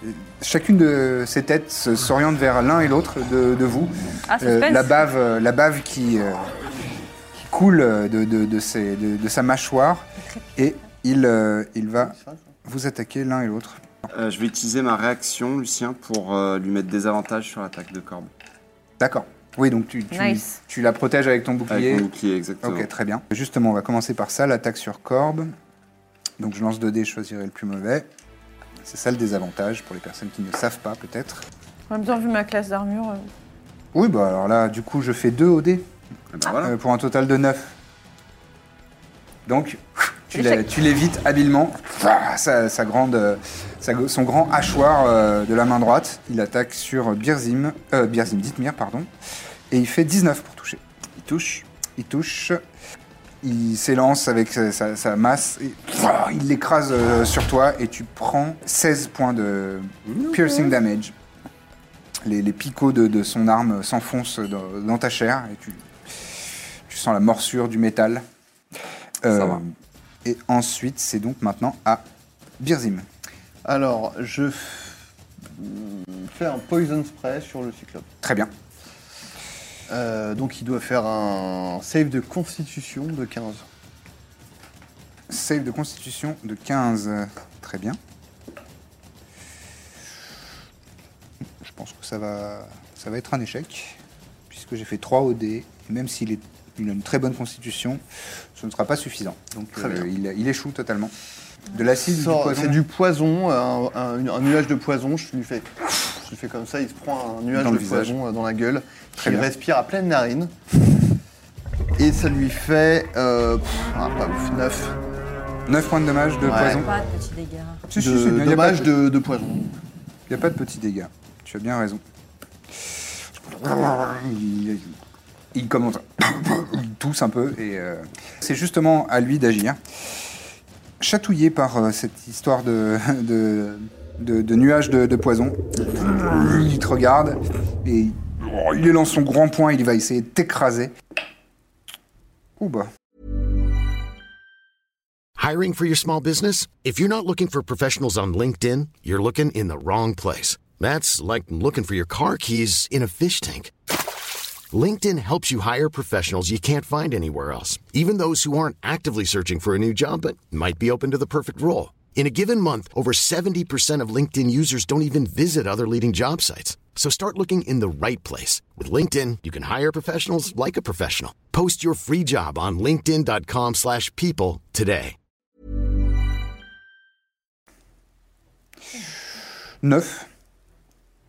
S1: chacune de ses têtes se- s'oriente vers l'un et l'autre de- de vous.
S5: Ah,
S1: Euh,
S5: suspense.
S1: la bave, euh, la bave qui, euh, qui coule euh, de, de- de ses- de- de sa mâchoire et il, euh, il va vous attaquer l'un et l'autre.
S4: Euh, Je vais utiliser ma réaction, Lucien, pour euh, lui mettre des avantages sur l'attaque de Corbe.
S1: D'accord. Oui, donc tu, tu,
S5: Nice.
S1: tu la protèges avec ton bouclier.
S4: Avec mon bouclier, exactement.
S1: Ok, très bien. Justement, on va commencer par ça, l'attaque sur Corbe. Donc je lance 2 dés, je choisirai le plus mauvais. C'est ça le désavantage pour les personnes qui ne savent pas peut-être.
S5: En même temps, vu ma classe d'armure. euh,
S1: Oui, bah alors là, du coup, je fais 2 au dé.
S4: Ah bah voilà.
S1: Euh, pour un total de 9. Donc, tu l'é-
S5: L'échec.
S1: tu l'évites habilement. Ah, Sa, sa grande, euh, sa go- son grand hachoir euh, de la main droite. Il attaque sur Birzim, euh, Birzim Dithmir, pardon. Et il fait 19 pour toucher.
S4: Il touche.
S1: Il touche. Il s'élance avec sa, sa- sa masse. Et, ah, il l'écrase euh, sur toi et tu prends 16 points de piercing damage. Les, les picots de, de son arme s'enfoncent dans, dans ta chair et tu, tu sens la morsure du métal. Euh,
S4: va.
S1: Et ensuite, c'est donc maintenant à Birzim.
S3: Alors, je f- mm, fais un poison spray sur le cyclope.
S1: Très bien.
S3: Euh, donc, il doit faire un save de constitution de 15.
S1: Save de constitution de 15. Très bien. Je pense que ça va, ça va être un échec, puisque j'ai fait 3 OD. Même s'il est, il a une très bonne constitution, ce ne sera pas suffisant. Donc
S3: Très
S1: euh,
S3: bien.
S1: il, il échoue totalement. De l'acide, du
S3: Sort-
S1: poison.
S3: C'est du poison, un, un- un nuage de poison. Je lui fais, je lui fais comme ça, il se prend un nuage
S1: Dans
S3: de
S1: le visage.
S3: poison euh, dans la gueule.
S1: Très
S3: il
S1: bien.
S3: respire à pleine narine. Et ça lui fait. euh, pff, ah, pas ouf, 9.
S1: 9 points de dommage de
S3: Ouais.
S1: poison.
S2: Pas de petits dégâts.
S1: Si, si,
S3: de-
S1: si, il n'y a pas
S3: dommage
S1: de-
S3: de, de poison.
S1: Il n'y a pas de petits dégâts. Tu as bien raison. Il, il commence. Il tousse un peu et euh, c'est justement à lui d'agir. Chatouillé par euh, cette histoire de, de, de- de nuages de, de poison, il te regarde et il lance son grand poing. Il va essayer de t'écraser. Ouh bah.
S6: Hiring for your small business? If you're not looking for professionals on LinkedIn, you're looking in the wrong place. That's like looking for your car keys in a fish tank. LinkedIn helps you hire professionals you can't find anywhere else, even those who aren't actively searching for a new job but might be open to the perfect role. In a given month, over 70% of LinkedIn users don't even visit other leading job sites. So start looking in the right place. With LinkedIn, you can hire professionals like a professional. Post your free job on linkedin.com/people slash people today.
S1: 9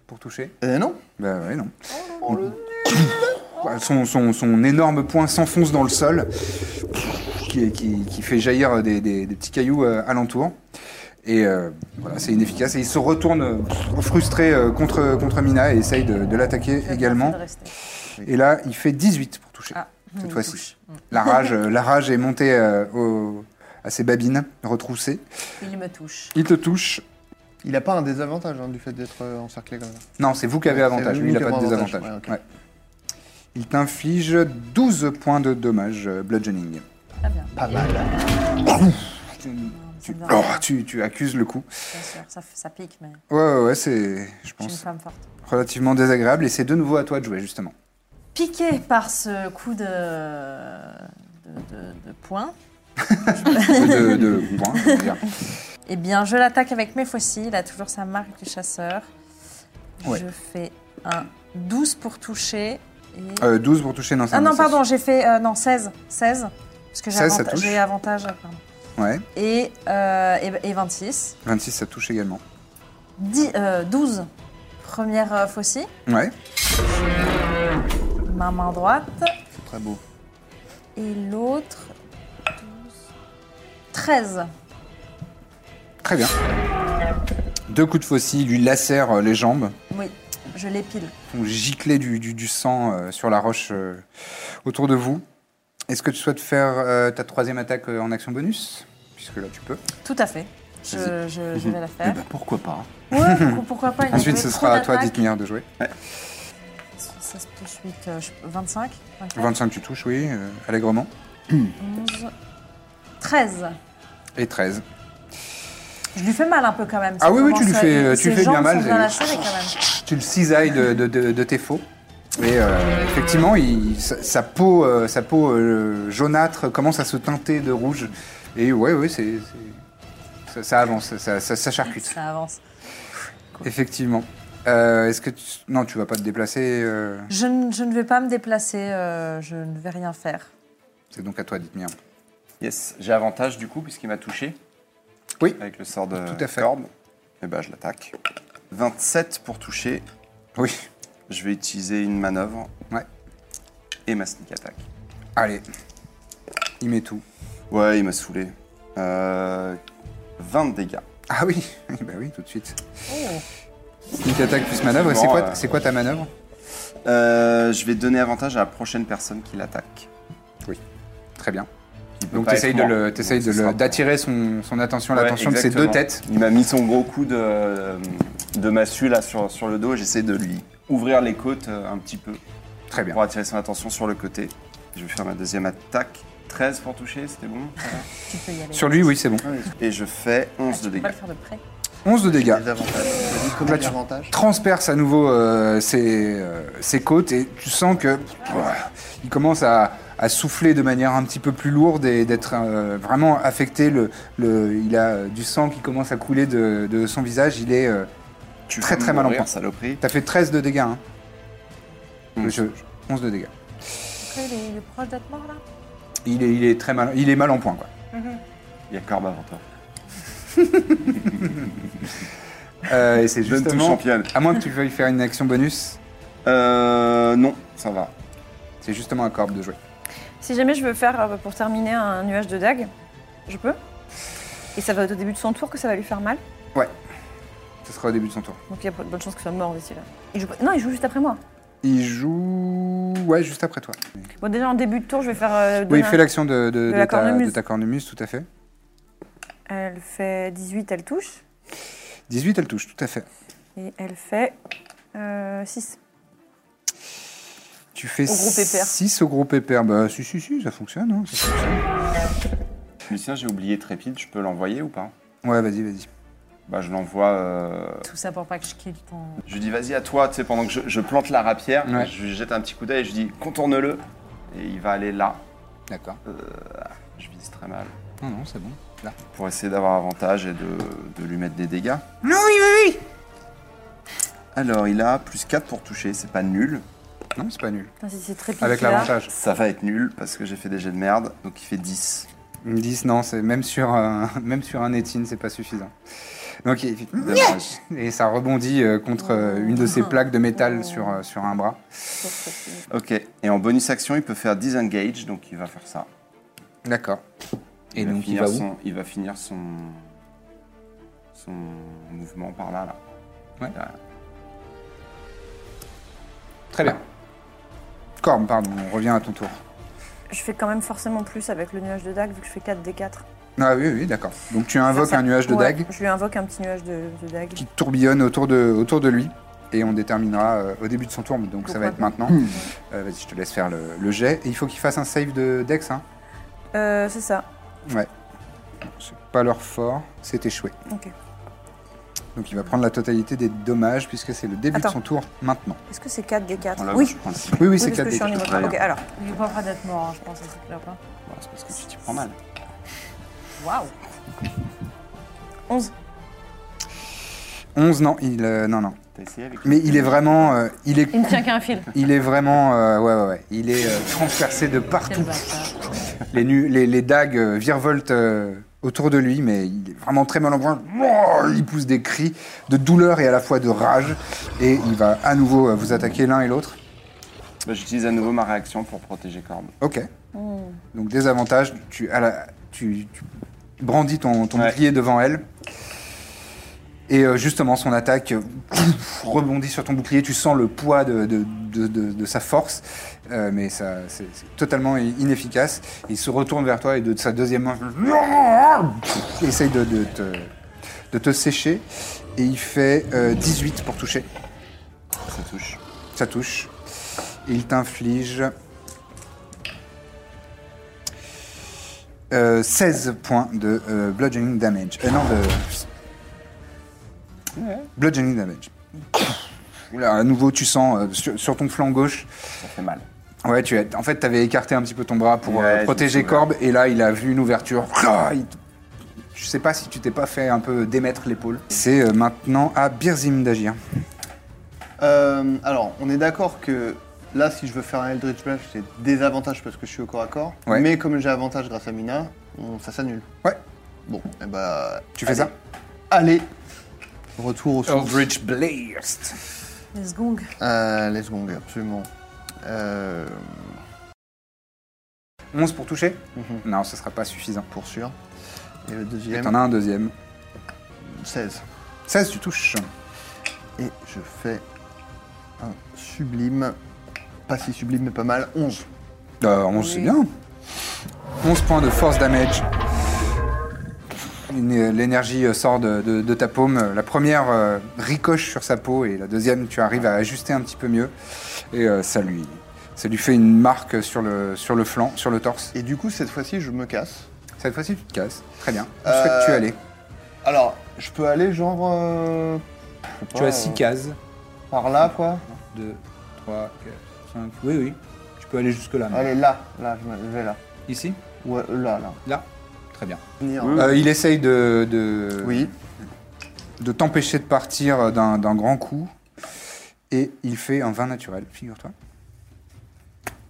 S1: pour toucher.
S3: Eh non
S1: Bah ouais, non. Bah, Son, son- son énorme poing s'enfonce dans le sol, qui, qui- qui fait jaillir des, des- des petits cailloux euh, alentour. Et euh, voilà, c'est inefficace. Et il se retourne euh, frustré euh, contre, contre Mina et essaye de, de l'attaquer également.
S5: de rester.
S1: Et là, il fait 18 pour toucher, cette fois-ci. La rage, euh, la rage est montée euh, au- à ses babines, retroussées.
S2: Il me touche.
S1: Il te touche.
S3: Il a pas un désavantage hein, du fait d'être euh, encerclé comme ça.
S1: Non, c'est vous qui avez
S3: C'est
S1: avantage.
S3: nous
S1: Lui, il n'a
S3: qui
S1: pas de
S3: avons
S1: désavantage.
S3: avantage. Ouais, ok.
S1: Ouais. Il t'inflige 12 points de dommages euh, bludgeoning.
S2: Très bien.
S3: Pas mal.
S1: Tu,
S2: Ça me
S1: tu-
S2: va,
S1: oh, tu- tu accuses le coup.
S2: bien sûr. Ça, f- ça pique, mais
S1: Ouais, ouais, ouais, c'est, je
S2: je suis une
S1: pense,
S2: femme forte.
S1: relativement désagréable. Et c'est de nouveau à toi de jouer, justement.
S2: Piqué par ce coup de, de, de- de poing,
S1: De, de points, je veux dire.
S2: eh bien, je l'attaque avec mes faucilles. Il a toujours sa marque du chasseur.
S1: Ouais.
S2: Je fais un 12 pour toucher. Et...
S1: Euh, 12 pour toucher, non, c'est
S2: ah
S1: un
S2: non,
S1: assist.
S2: pardon, j'ai fait euh, non, 16. 16. Parce que j'ai
S1: 16, ça
S2: avanta-
S1: touche.
S2: j'ai avantage. pardon.
S1: Ouais,
S2: Et, euh, et, et 26.
S1: 26, ça touche également.
S2: Dix- euh, 12. Première euh, faucille.
S1: Ouais,
S2: Ma main droite.
S3: C'est très beau.
S2: Et l'autre. 12, 13.
S1: Très bien. Deux coups de faucille lui lacèrent euh, les jambes,
S2: Oui, je l'épile.
S1: font gicler du, du- du sang euh, sur la roche euh, autour de vous. Est-ce que tu souhaites faire euh, ta troisième attaque euh, en action bonus Puisque là, tu peux.
S5: Tout à fait.
S2: Je, je- je vais la
S4: Eh
S2: faire.
S4: ben, pourquoi pas
S2: Ouais, pourquoi- pourquoi pas il y a
S1: hein. Ensuite,
S2: pas eu
S1: ce
S2: trop
S1: sera à toi,
S2: d'attaques.
S1: Dithmir, de jouer.
S2: 16 plus 8, euh, je- 25. 24,
S1: 25, tu touches, oui, euh, allègrement.
S2: 11, 13.
S1: Et 13.
S2: Je lui fais mal un peu quand même.
S1: Ah
S2: ça
S1: oui, oui, tu
S2: commence
S1: lui
S2: à-
S1: fais-
S2: ses
S1: tu lui fais
S2: jambes
S1: bien mal,
S2: sont bien
S1: j'ai-
S2: lacérées, quand même.
S1: Tu le cisailles de, de- de- de tes faux. Et euh, effectivement, il- sa, sa peau, euh, sa peau euh, jaunâtre commence à se teinter de rouge. Et ouais, ouais, c'est, c'est- ça, ça avance, ça, ça, ça charcute.
S2: Ça avance.
S1: Effectivement. Euh, est-ce que tu... non, tu vas pas te déplacer. euh,
S2: Je, ne- je ne vais pas me déplacer, euh, je ne vais rien faire.
S1: C'est donc à toi, Dithmir.
S4: Yes, j'ai avantage du coup, puisqu'il m'a touché.
S1: Oui.
S4: Avec le sort de
S1: Tout à fait.
S4: corde. Et ben, je l'attaque. 27 pour toucher.
S1: Oui.
S4: Je vais utiliser une manœuvre.
S1: Ouais.
S4: Et ma sneak attack.
S1: Allez. Il met tout.
S4: Ouais, il m'a saoulé. Euh, 20 de dégâts.
S1: Ah oui, bah oui, tout de suite. Sneak attack plus manœuvre. Et c'est
S4: Oh. Bon,
S1: quoi,
S4: euh,
S1: c'est quoi ta manœuvre
S4: Euh, je vais donner avantage à la prochaine personne qui l'attaque.
S1: Très bien.
S4: Qui peut
S1: Donc
S4: pas
S1: t'essayes
S4: être
S1: de
S4: moi.
S1: le, t'essayes
S4: Donc,
S1: de
S4: ce
S1: le-
S4: sera-
S1: d'attirer son, son attention,
S4: Ouais,
S1: l'attention de ses deux
S4: exactement.
S1: têtes.
S4: Il m'a mis son gros coup de, de massue là sur, sur le dos et j'essaie de lui ouvrir les côtes euh, un petit peu
S1: Très bien.
S4: pour attirer son attention sur le côté. Je vais faire ma deuxième attaque. 13 pour toucher, c'était bon ça va
S2: Tu peux y aller.
S1: Sur lui, oui, c'est bon.
S4: Et je fais
S2: Ah,
S4: 11
S2: tu peux
S4: de
S2: pas
S4: dégâts.
S2: le faire de près.
S1: 11 de dégâts.
S3: Des avantages. Vas-y, comment
S1: Là,
S3: des
S1: tu-
S3: avantages
S1: Transperce à nouveau euh, ses, euh, ses côtes et tu sens que ouah, il commence à, à souffler de manière un petit peu plus lourde et d'être euh, vraiment affecté. Le, le- il a euh, du sang qui commence à couler de, de son visage. Il est. euh,
S4: Tu
S1: Très,
S4: vas
S1: très mal en
S4: mourir,
S1: point.
S4: saloperie.
S1: T'as fait 13 de dégâts. Hein
S4: Onze.
S1: Je- 11 de dégâts.
S2: Après, il est, il est proche d'être mort là
S1: Il est, il est très mal. Il est mal en point quoi.
S4: Il y a Corbe avant toi.
S1: Euh, et c'est
S4: Bonne touche,
S1: justement.
S4: championne.
S1: À moins que tu veuilles faire une action bonus,
S4: Euh, non, ça va.
S1: c'est justement à Corbe de jouer.
S5: Si jamais je veux faire, euh, pour terminer, un nuage de dague, je peux. Et ça va être au début de son tour que ça va lui faire mal.
S1: Ce sera au début de son tour.
S5: Donc il y a de bonnes chances qu'il soit mort d'ici là. Il joue- Non, il joue juste après moi.
S1: Il joue. Ouais, juste après toi.
S5: Bon, déjà en début de tour, je vais faire. euh,
S1: Oui,
S5: donner
S1: il fait
S5: un-
S1: l'action de, de-
S5: de
S1: de
S5: la
S1: ta,
S5: cornemuse.
S1: de ta cornemuse, tout à fait.
S5: Elle fait 18, elle touche.
S1: 18, elle touche, tout à fait.
S5: Et elle fait euh, 6.
S1: Tu fais
S5: Au gros pépère.
S1: 6 au gros pépère. Bah, si, si, si, ça fonctionne. hein, ça fonctionne.
S4: Lucien, j'ai oublié Trépide, je peux l'envoyer ou pas
S1: Ouais, vas-y, vas-y.
S4: Bah, je l'envoie. euh,
S2: Tout ça pour pas que je kill ton.
S4: Je lui dis, vas-y à toi, tu sais, pendant que je, je plante la rapière,
S1: Ouais.
S4: je lui jette un petit coup d'œil et je lui dis, contourne-le. Et il va aller là.
S1: D'accord.
S4: Je vise très mal.
S1: Non, non, c'est bon. Là.
S4: Pour essayer d'avoir avantage et de, de lui mettre des dégâts.
S1: Non, oui, oui,
S4: Alors, il a plus 4 pour toucher, c'est pas nul.
S1: oui Non, c'est pas nul.
S5: Putain, si c'est très
S1: Avec l'avantage.
S4: Ça va être nul parce que j'ai fait des jets de merde, donc il fait 10.
S1: 10, non, c'est même sur, euh, même sur un étine, c'est pas suffisant. Donc, il fait-
S4: Dommage.
S1: Et ça rebondit euh, contre euh, une de ses plaques de métal sur, euh, sur un bras.
S4: Ok, et en bonus action, il peut faire disengage, donc il va faire ça.
S1: D'accord. Et
S4: va
S1: donc, il
S4: finir
S1: va où
S4: son, Il va finir son. son mouvement par là, là.
S1: Ouais.
S4: Derrière.
S1: Très bien. Corbe, pardon, on revient à ton tour.
S5: Je fais quand même forcément plus avec le nuage de dague vu que je fais 4 des 4.
S1: Ah oui, oui, d'accord. Donc tu invoques un nuage de dague
S5: Je lui invoque un petit nuage de, de dague.
S1: qui tourbillonne autour de, autour de lui. Et on déterminera euh, au début de son tour, mais donc ça va être maintenant. Euh, Vas-y, je te laisse faire le, le jet. Et il faut qu'il fasse un save de Dex. Hein.
S5: Euh, c'est ça.
S1: Ouais. C'est pas leur fort, c'est échoué.
S5: Ok.
S1: Donc il va prendre la totalité des dommages puisque c'est le début
S5: Attends.
S1: de son tour maintenant.
S5: Est-ce que c'est 4 des 4
S4: Prends la-
S5: Oui.
S4: je prends le-
S1: Oui, oui,
S5: Oui,
S1: c'est
S5: parce que
S1: 4
S5: je suis en
S1: dés.
S5: niveau
S4: Très
S5: 3. Ok,
S4: bien.
S5: alors.
S2: Il est pas près d'être mort, hein, je pense, à ce truc-là. hein.
S4: Bon, c'est parce que tu t'y prends mal.
S2: Waouh
S5: 11.
S1: 11, non, il, euh, non, non.
S4: T'as essayé avec
S1: Mais il est vraiment, euh, il est
S5: Il ne tient qu'un fil.
S1: Il est vraiment, euh, ouais, ouais, ouais, il est euh, transpercé de
S2: Quel
S1: partout.
S2: bâtard.
S1: Les, nu- les, les dagues euh, virevoltent euh, autour de lui, mais il est vraiment très mal en point. Ouah, Il pousse des cris de douleur et à la fois de rage, et il va à nouveau euh, vous attaquer l'un et l'autre.
S4: Bah, J'utilise à nouveau ma réaction pour protéger Corbe.
S1: Ok, Donc désavantage, tu, à la- tu- tu brandis ton, ton
S4: Ouais.
S1: bouclier devant elle. Et euh, justement, son attaque euh, rebondit sur ton bouclier. Tu sens le poids de, de- de- de- de sa force, euh, mais ça, c'est c'est totalement i- inefficace. Il se retourne vers toi et de sa deuxième main, essaye de, de te, de te sécher. Et il fait euh, 18 pour toucher.
S4: Ça touche.
S1: Ça touche. Et il t'inflige euh, 16 points de euh, bludgeoning damage. Euh, non, de. Bludgeoning damage. Oula, à nouveau, tu sens euh, sur, sur ton flanc gauche.
S4: Ça fait mal.
S1: Ouais, tu as, en fait, t'avais écarté un petit peu ton bras pour
S4: Ouais,
S1: euh,
S4: je me
S1: protéger
S4: souviens.
S1: Corbe, et là, il a vu une ouverture. Ah, il te- Je sais pas si tu t'es pas fait un peu démettre l'épaule. C'est euh, maintenant à Birzim d'agir.
S3: Euh, alors, on est d'accord que là, si je veux faire un Eldritch Blast, j'ai des avantages parce que je suis au corps à corps.
S1: Ouais.
S3: Mais comme j'ai avantage grâce à Mina, on- ça s'annule.
S1: Ouais.
S3: Bon, et bah.
S1: Tu fais ça
S3: Allez Retour au sources.
S1: Eldritch Blast.
S2: Les secondes.
S3: Euh, les secondes, absolument. Euh,
S1: 11 pour toucher
S3: mhm,
S1: Non, ce sera pas suffisant.
S3: pour sûr. Et le
S1: Et
S3: deuxième,
S1: T'en as un deuxième.
S3: 16.
S1: 16, tu touches.
S3: Et je fais un sublime. Pas si sublime, mais pas mal. 11.
S1: Euh, 11, c'est bien. 11 points de force damage. Une- L'énergie euh, sort de, de- de ta paume. La première euh, ricoche sur sa peau et la deuxième, tu arrives à ajuster un petit peu mieux. Et euh, ça, lui, ça lui fait une marque sur le, sur le flanc, sur le torse.
S3: Et du coup, cette fois-ci, je me casse.
S1: Cette fois-ci, tu te casses. Très bien. Où
S3: Euh,
S1: souhaites-tu aller
S3: Alors, je peux aller genre. euh, je sais
S1: Tu
S3: pas,
S1: as 6
S3: euh,
S1: cases.
S3: Par là, quoi.
S1: 2, 3, 4, 5. Oui, oui. Tu peux aller jusque-là. même.
S3: Allez, là, là, je me- je vais là.
S1: Ici
S3: Ouais, euh, là, là.
S1: Là Très bien.
S3: Venir.
S1: Euh, il essaye de, de,
S3: Euh, Oui.
S1: de t'empêcher de partir euh, d'un d'un grand coup. Et il fait un vin naturel, figure-toi.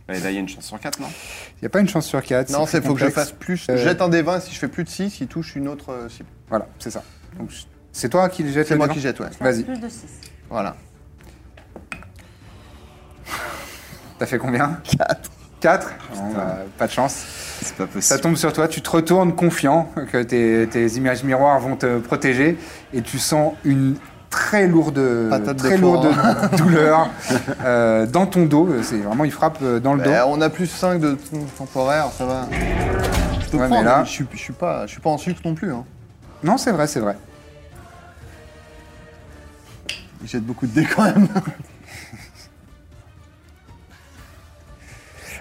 S4: Et là, il y a une chance sur quatre, non
S1: Il n'y a pas une chance sur 4.
S3: Non, c'est faut que je fasse plus.
S1: Euh,
S3: Jette un des 20, si je fais plus de 6, il touche une autre euh, cible.
S1: Voilà, c'est ça. Donc, C'est toi qui le jette
S3: C'est
S1: le
S3: moi
S1: dé
S3: qui jette, ouais.
S1: Vas-y,
S2: Plus de 6.
S3: Voilà.
S1: t'as fait combien 4. 4 Pas de chance.
S4: C'est pas
S1: Ça
S4: possible.
S1: tombe sur toi, tu te retournes confiant que tes, tes images miroirs vont te protéger et tu sens une très lourde,
S3: Patate
S1: très
S3: de
S1: lourde
S3: forain.
S1: douleur euh, dans ton dos. C'est vraiment, il frappe euh, dans le dos.
S3: Eh, on a plus 5 de temporaire, ça va. Je te
S1: Ouais,
S3: prends,
S1: mais là-
S3: mais je, suis- je suis pas, je suis pas en sucre non plus. Hein.
S1: Non, c'est vrai, c'est vrai.
S3: Il jette beaucoup de dés quand même.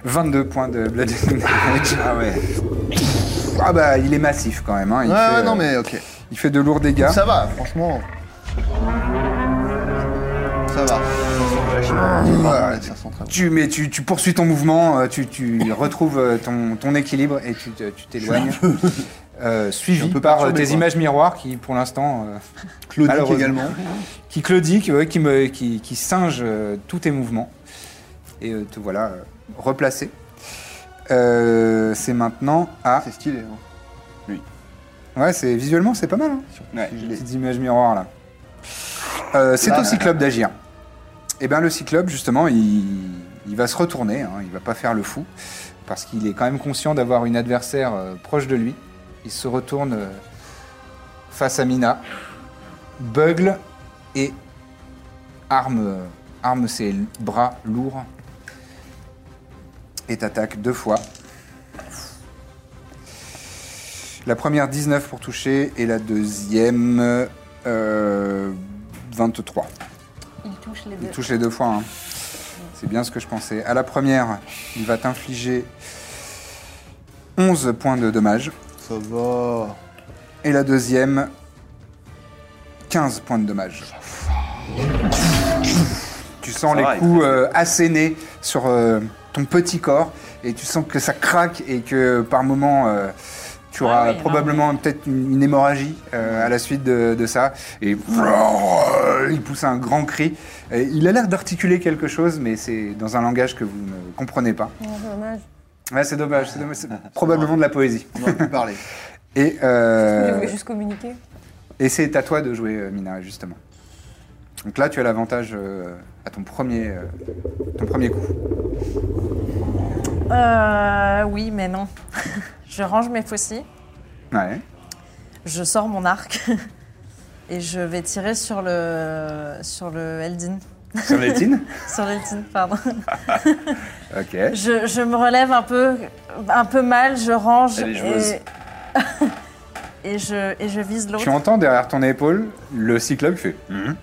S1: 22 points de bludgeoning damage.
S4: Ah ouais.
S1: Ah bah, il est massif quand même. hein. Il,
S3: Ouais,
S1: fait,
S3: ouais,
S1: euh,
S3: non, mais ok.
S1: il fait de lourds dégâts.
S3: Ça va, franchement. Ça va.
S1: Ah,
S3: Ça sent très bon.
S1: Tu, mais tu, tu poursuis ton mouvement, euh, tu, tu retrouves euh, ton, ton équilibre et tu te- tu t'éloignes. Euh,
S3: Je suis
S1: suivi
S3: un peu
S1: par euh,
S3: perturbé,
S1: tes
S3: quoi.
S1: images miroirs qui, pour l'instant, euh,
S3: Claudique
S1: malheureusement,
S3: également.
S1: qui claudique, ouais, qui, me, qui, qui singe euh, tous tes mouvements. Et euh, te voilà euh, replacé. Euh, c'est maintenant à.
S3: C'est stylé. hein.
S1: Ouais, c'est visuellement, c'est pas mal. hein.
S4: Ouais.
S3: Je
S1: Les
S3: l'ai.
S1: petites images miroirs là. Euh, c'est
S3: Là,
S1: au
S3: là,
S1: cyclope d'agir. Et bien le cyclope justement il, il va se retourner, hein, il va pas faire le fou, parce qu'il est quand même conscient d'avoir une adversaire euh, proche de lui. Il se retourne euh, face à Mina, bugle et arme, euh, arme ses l- bras lourds et t'attaque deux fois. La première 19 pour toucher et la deuxième euh, 23.
S2: Il touche les
S1: Il
S2: deux.
S1: touche les deux fois. hein. C'est bien ce que je pensais. À la première, il va t'infliger 11 points de dommage.
S3: Ça va.
S1: Et la deuxième, 15 points de dommage. Tu sens
S4: Ça va,
S1: les
S4: il
S1: coups euh, assénés sur euh, ton petit corps et tu sens que ça craque et que par moment euh, tu
S5: Ah
S1: auras
S5: oui, non,
S1: probablement peut-être une, une hémorragie euh, à la suite de, de ça. Et il pousse un grand cri. Et il a l'air d'articuler quelque chose, mais c'est dans un langage que vous ne comprenez pas.
S5: Oh, dommage.
S1: Ouais, c'est dommage, c'est dommage. C'est probablement de la poésie.
S3: On va plus parler.
S1: Et
S5: Je
S1: euh,
S5: voulais juste communiquer.
S1: et c'est à toi de jouer, euh, Mina, justement. Donc là, tu as l'avantage euh, à ton premier, euh, ton premier coup.
S2: Oh, Euh, oui, mais non. je range mes faucilles,
S1: Ouais.
S2: je sors mon arc et je vais tirer sur le sur le Eldin,
S1: Sur les teens
S2: sur l'Eldin, pardon.
S1: Ok.
S2: Je, je me relève un peu un peu mal, je range
S4: Elle est joueuse.
S2: et et je et je vise l'autre.
S1: Tu entends derrière ton épaule le cyclope fait. hum,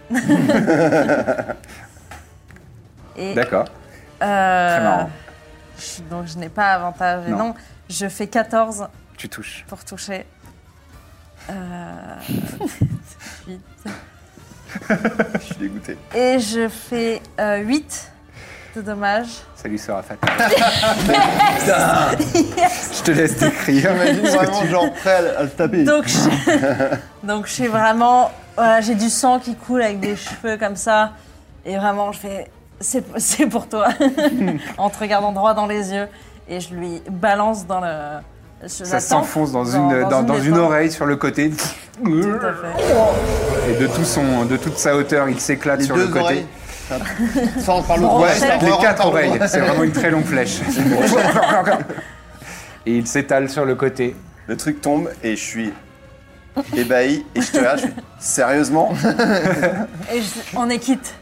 S2: Et
S1: D'accord.
S2: euh,
S1: Très marrant.
S2: je- donc je n'ai pas avantage. Et
S1: Non.
S2: non, je fais 14
S1: Tu touches.
S2: pour toucher. Euh, huit.
S4: Je suis dégoûté.
S2: Et je fais 8 de dommages.
S1: Ça lui sera fatal. Je te laisse décrire.
S3: J'imagine vraiment, genre, prêt à, à le taper.
S2: Donc je, donc je suis vraiment. Voilà, j'ai du sang qui coule avec des cheveux comme ça. Et vraiment, je fais. C'est c'est pour toi. en te regardant droit dans les yeux. Et je lui balance dans le. je
S1: Ça
S2: la
S1: s'enfonce dans,
S2: tente
S1: une, dans, dans
S2: des
S1: une
S2: dents.
S1: oreille sur le côté.
S2: Tout à fait.
S1: Et de, tout son, de toute sa hauteur, il s'éclate
S3: les
S1: sur le
S3: deux
S1: côté.
S3: oreilles. Ça- Ça rentre par l'autre
S1: Ouais,
S3: oreille, ça
S1: les
S3: rentre
S1: quatre
S3: par l'autre
S1: oreilles.
S3: oreille.
S1: C'est vraiment une très longue flèche. Et il s'étale sur le côté.
S4: Le truc tombe et je suis ébahi et je te regarde, je fais, sérieusement
S2: Et je- on est quitte.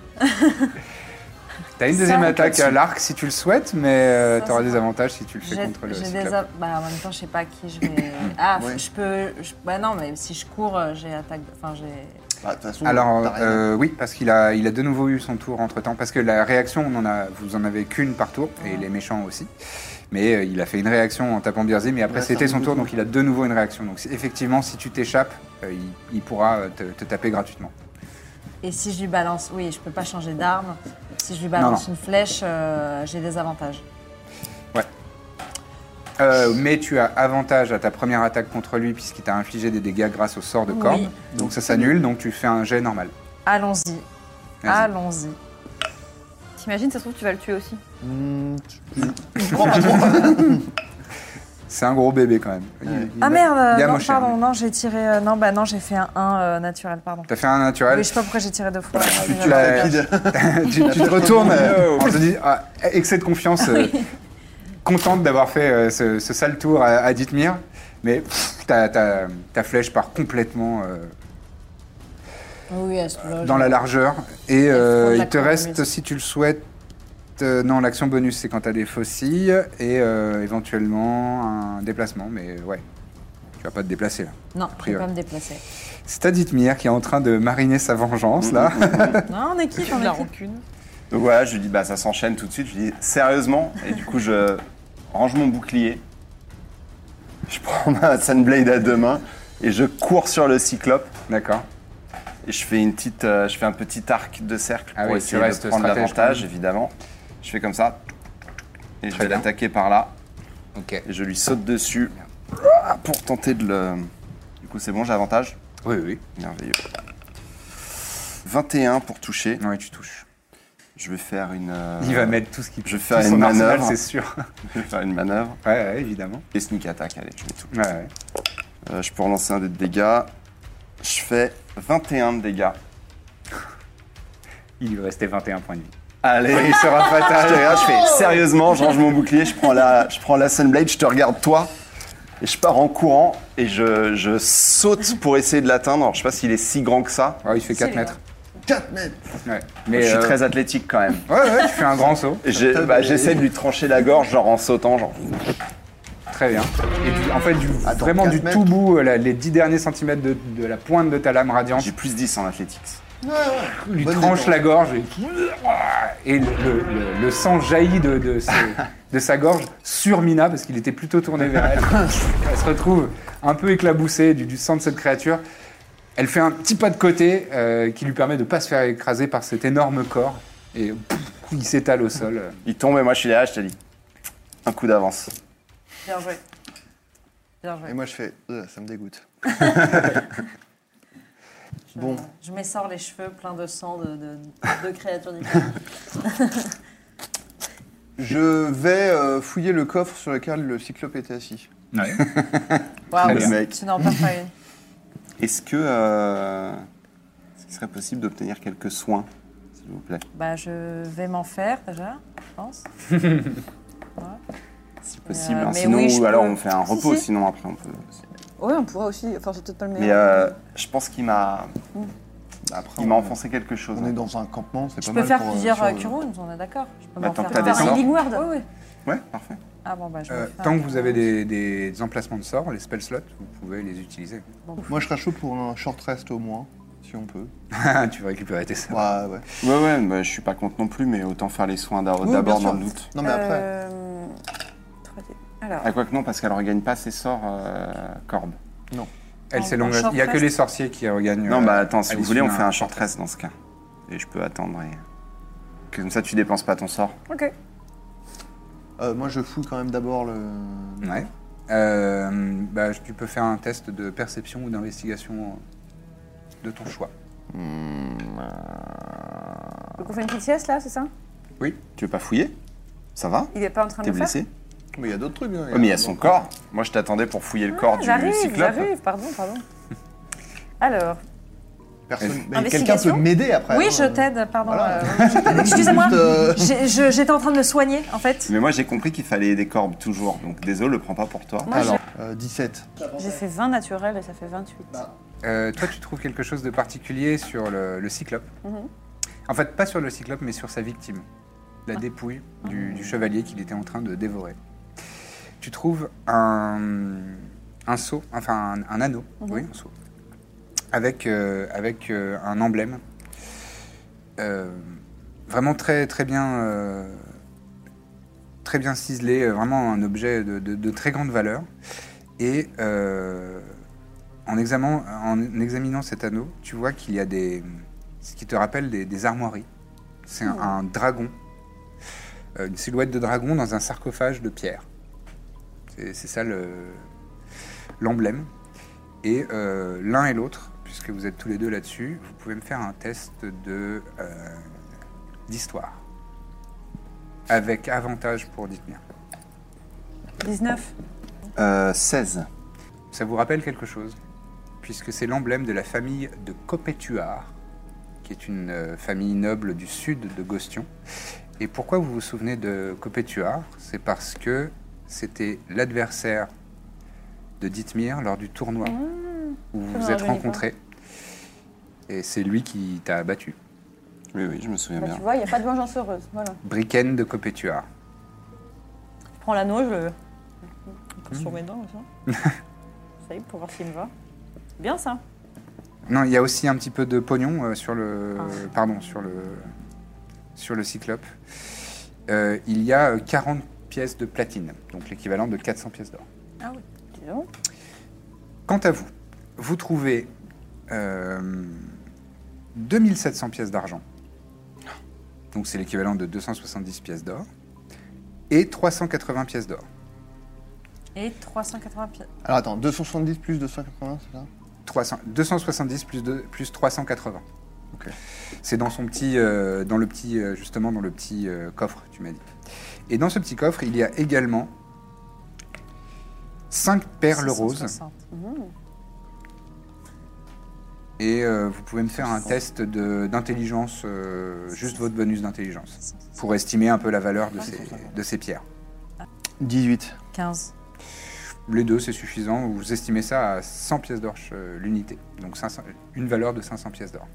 S1: T'as une deuxième
S2: Ça,
S1: attaque à l'arc si tu le souhaites, mais euh,
S2: Ça,
S1: t'auras
S2: c'est
S1: des
S2: pas-
S1: avantages si tu le fais
S2: J'ai
S1: contre le
S2: j'ai
S1: cyclope.
S2: des. ab- Bah, en même temps, je sais pas à qui je vais. Ah, faut-
S3: Ouais.
S2: je peux. je- Bah, non, mais si je cours, euh, j'ai attaque. Enfin, j'ai.
S3: Bah, de toute façon,
S1: Alors
S3: t'as rien.
S1: euh, oui, parce qu'il a, il a de nouveau eu son tour entre temps. Parce que la réaction, on en a, vous en avez qu'une par tour, et les méchants aussi. Mais euh, il a fait une réaction en tapant Birzim, mais après
S3: Ouais,
S1: c'était
S3: ça
S1: son
S3: me
S1: tour,
S3: dégoûte.
S1: donc il a de nouveau une réaction. Donc c'est- effectivement, si tu t'échappes, euh, il, il pourra euh, te, te taper gratuitement.
S2: Et si je lui balance, oui, je peux pas changer d'arme. Si je lui balance une flèche, euh, j'ai des avantages.
S1: Euh, mais tu as avantage à ta première attaque contre lui, puisqu'il t'a infligé des dégâts grâce au sort de
S2: Oui.
S1: corne. Donc ça s'annule, donc tu fais un jet normal.
S2: Allons-y, Ah.
S1: Vas-y.
S2: allons-y.
S5: T'imagines, ça se trouve, tu vas le tuer aussi.
S3: Hmm, tu-
S1: C'est un gros bébé quand même. Il-
S3: Ouais.
S1: il
S2: Ah
S1: a-
S2: merde, euh,
S1: il a
S2: non,
S1: moché, hein.
S2: pardon, non, j'ai tiré, euh, non, bah non, j'ai fait un 1 euh, naturel, pardon.
S1: T'as fait un naturel.
S2: Oui, je sais pas pourquoi j'ai tiré deux fois. C'est
S1: tu
S2: grave.
S1: l'as- tu, tu te retournes euh, en te dis ah, excès de confiance,
S2: Ah
S1: euh, contente d'avoir fait euh, ce, ce sale tour à, à Dithmir, mais pff, ta, ta- ta flèche part complètement euh,
S2: Oui, à ce moment-là,
S1: dans
S2: Ah, je-
S1: la largeur et euh,
S2: frôle la
S1: il te
S2: courbe,
S1: reste,
S2: mais-
S1: si tu le souhaites, euh, non, l'action bonus c'est quand t'as des faucilles et euh, éventuellement un déplacement, mais ouais, tu vas pas te déplacer là.
S2: Non, je vais
S1: priori.
S2: pas me déplacer.
S1: C'est à Dithmir qui est en train de mariner sa vengeance là.
S2: Non, on est qui on
S5: de la
S2: est qui
S5: rancune.
S4: Donc voilà, je lui dis, bah ça s'enchaîne tout de suite. Je lui dis, sérieusement Et du coup, je range mon bouclier, je prends ma Sunblade à deux mains et je cours sur le cyclope.
S1: D'accord.
S4: Et je fais, une petite, euh, je fais un petit arc de cercle
S1: Ah
S4: pour
S1: oui, tu
S4: essayer
S1: restes
S4: de prendre
S1: stratège quand
S4: l'avantage,
S1: même.
S4: évidemment. Je fais comme ça. Et je
S1: Très
S4: vais
S1: bien.
S4: l'attaquer par là.
S1: Ok.
S4: Et je lui saute dessus Ah, pour tenter de le... Du coup, c'est bon, j'ai avantage.
S1: Oui, oui.
S4: Merveilleux. 21 pour toucher.
S1: Non, et tu touches.
S4: Je vais faire une... euh,
S1: Il va mettre tout ce qu'il
S4: je vais
S1: peut.
S4: faire
S1: tout
S4: une
S1: son arsenal,
S4: manœuvre.
S1: c'est sûr.
S4: Je vais faire une manœuvre.
S1: Ouais, ouais, évidemment.
S4: Et sneak attack, allez, je mets tout.
S1: Ouais, ouais.
S4: Euh, je peux relancer un dé de dégâts. Je fais 21 de dégâts.
S1: Il lui restait 21 points de vie.
S4: Allez, il sera fatal. Oh. Je te regarde, je fais sérieusement, je range mon bouclier, je prends la, je prends la Sunblade, je te regarde toi. Et je pars en courant et je, je saute pour essayer de l'atteindre. Alors, je sais pas s'il est si grand que ça.
S1: Ouais, il fait 4
S5: les
S1: mètres.
S3: 4 mètres
S1: Ouais.
S4: Mais je suis
S1: euh,
S4: très athlétique quand même.
S1: Ouais, ouais, tu fais un grand saut.
S4: Et j'ai-
S3: Putain,
S4: bah,
S3: mais-
S4: J'essaie de lui trancher la gorge, genre en sautant, genre.
S1: Très bien. Et du- en fait, du,
S4: Ah,
S3: Attends,
S1: vraiment
S3: quatre
S1: du
S3: mètres.
S1: tout bout, euh, la- les 10 derniers centimètres de, de la pointe de ta lame radiante,
S4: J'ai plus 10 en athlétique.
S1: lui
S3: bonne
S1: tranche
S3: détente.
S1: la gorge et, et le, le- le sang jaillit de, de ce- de sa gorge sur Mina parce qu'il était plutôt tourné vers elle. Elle se retrouve un peu éclaboussée du, du sang de cette créature. Elle fait un petit pas de côté euh, qui lui permet de ne pas se faire écraser par cet énorme corps et pff, il s'étale au sol. euh.
S4: Il tombe et moi je suis derrière, je te dis. Un coup d'avance.
S2: Bien joué. Bien joué.
S3: Et moi, je fais, euh, ça me dégoûte. bon.
S2: Je m'essors les cheveux pleins de sang de, de, de créatures différentes.
S3: Je vais euh, fouiller le coffre sur lequel le cyclope était assis.
S2: Waouh,
S1: bien.
S4: Mec.
S2: tu n'en perds pas une.
S4: Est-ce que. euh, Est-ce qu'il serait possible d'obtenir quelques soins, s'il vous plaît
S2: Bah, je vais m'en faire déjà, je pense.
S4: si possible.
S2: Euh,
S4: hein,
S2: mais
S4: sinon,
S2: oui, je
S4: ou alors
S2: peux.
S4: on fait un
S5: Si,
S4: repos,
S5: si.
S4: sinon après on peut.
S5: Ouais, on pourrait aussi. Enfin, c'est peut-être pas le
S4: Mais
S5: meilleur.
S4: euh, je pense qu'il m'a, bah,
S3: Après,
S4: il m'a
S3: on-
S4: enfoncé quelque chose.
S3: On
S4: hein.
S3: est dans un campement, c'est pas
S2: Je peux
S3: mal
S2: faire
S3: pour, euh,
S2: plusieurs
S3: sur-
S2: euh, Kuruns, on est d'accord. Je
S1: Bah,
S2: peux m'en
S4: Attends,
S2: faire
S4: t'as des
S2: un.
S4: sorts
S5: Healing Ward
S2: Oui, oui.
S4: Ouais, parfait.
S2: Ah bon, bah je vais
S1: Euh,
S2: faire-
S1: tant que vous avez des, des- des emplacements de sorts, les spell slots, vous pouvez les utiliser.
S3: Moi, je serais chaud pour un short rest au moins, si on peut.
S1: Ah, tu vas récupérer tes sorts.
S3: Ouais, ouais.
S4: Ouais, ouais, bah, je suis pas contre non plus, mais autant faire les soins d'abord
S3: Oui,
S4: d'abord
S3: bien
S4: dans le
S3: sûr.
S4: doute.
S1: bah,
S3: Non, mais après.
S5: Euh, 3D. Alors,
S4: Ah, quoi que non, parce qu'elle regagne pas ses sorts euh, corbe.
S1: Elle, c'est
S2: en
S1: longue.
S2: short
S1: Il n'y a que
S2: rest.
S1: les sorciers qui regagnent.
S4: non,
S1: euh,
S4: bah attends, si
S1: à
S4: vous
S1: l'issue
S4: voulez, on
S1: d'un-
S4: fait un short rest dans ce cas. Et je peux attendre et. Comme ça, tu dépenses pas ton sort.
S5: ok.
S3: Euh, moi, je fouille quand même d'abord le.
S1: Ouais. Euh, bah, tu peux faire un test de perception ou d'investigation euh, de ton choix.
S5: Donc on fait une petite sieste là, c'est ça
S4: Tu veux pas fouiller Ça va
S5: Il est pas en train de
S4: T'es
S5: le faire
S4: blessé
S3: Mais il y a d'autres trucs. hein,
S4: Ouais, Oh, mais il y a son corps. Moi, je t'attendais pour fouiller le corps
S5: Ah,
S4: du
S5: J'arrive,
S4: cyclope.
S5: j'arrive, pardon, pardon. Alors,
S3: Personne... mais
S2: Investigation.
S3: Quelqu'un peut m'aider après.
S2: Oui,
S3: hein.
S2: je t'aide, pardon.
S3: Voilà.
S2: euh, je t'aide, Excusez-moi,
S3: Juste, euh,
S2: J'ai- je- j'étais en train de le soigner en fait.
S4: Mais moi, j'ai compris qu'il fallait des corbes toujours. Donc, désolé, le prends pas pour toi.
S5: moi j'ai-
S3: Alors, euh, 17.
S5: j'ai fait 20 naturels et ça fait 28.
S4: Bah,
S1: Euh, toi, tu trouves quelque chose de particulier sur le, le cyclope. En fait, pas sur le cyclope, mais sur sa victime. La dépouille du, du chevalier qu'il était en train de dévorer. Tu trouves un, un seau, enfin un, un anneau, oui, un seau, avec, euh, avec euh, un emblème. Euh, vraiment très, très bien. euh, très bien ciselé, euh, vraiment un objet de, de- de très grande valeur. Et euh, en, examen- en examinant cet anneau, tu vois qu'il y a des, ce qui te rappelle des, des armoiries. C'est un, un dragon, Euh, une silhouette de dragon dans un sarcophage de pierre. C'est c'est ça le- l'emblème. et euh, l'un et l'autre, puisque vous êtes tous les deux là-dessus, vous pouvez me faire un test de euh, d'histoire avec avantage pour Dithmir. Mm.
S5: 19.
S4: Euh, 16.
S1: Ça vous rappelle quelque chose Puisque c'est l'emblème de la famille de Copétuard, qui est une euh, famille noble du sud de Gostion. Et pourquoi vous vous souvenez de Copétuard C'est parce que c'était l'adversaire de Dithmir lors du tournoi où vous
S5: Ah, me
S1: vous êtes
S5: rajeunit pas.
S1: rencontrés. Et c'est lui qui t'a abattu.
S4: Oui, oui, je me souviens
S5: Bah,
S4: bien.
S5: tu vois, il n'y a pas de vengeance heureuse. Voilà.
S1: Briken de Copétuard.
S5: Je prends l'anneau, je le.
S4: Mmh.
S5: Pour sur mes dents, ça. ça y est, pour voir s'il me va. C'est Bien ça.
S1: Non, il y a aussi un petit peu de pognon euh, sur le.
S5: Ah.
S1: Pardon, sur le. Sur le cyclope. Euh, il y a euh, 40 pièces de platine, donc l'équivalent de 400 pièces d'or.
S5: Ah Dis donc.
S1: Quant à vous, vous trouvez euh, 2700 pièces d'argent. Donc c'est l'équivalent de 270 pièces d'or. Et 380 pièces d'or.
S2: Et 380 pieds.
S3: Alors, attends, 270 plus 280, c'est ça
S1: 300 270 plus, de, plus 380.
S3: Ok.
S1: C'est dans son petit, euh, dans le petit, euh, justement dans le petit euh, coffre, tu m'as dit. Et dans ce petit coffre, il y a également 5 perles roses.
S2: 660.
S1: Et euh, vous pouvez me faire un test de- d'intelligence, euh, juste votre bonus d'intelligence, pour estimer un peu la valeur de ces, de ces pierres.
S3: 18.
S2: 15.
S1: Les deux, c'est suffisant. Vous estimez ça à 100 pièces d'or euh, l'unité. Donc 500 une valeur de 500 pièces d'or.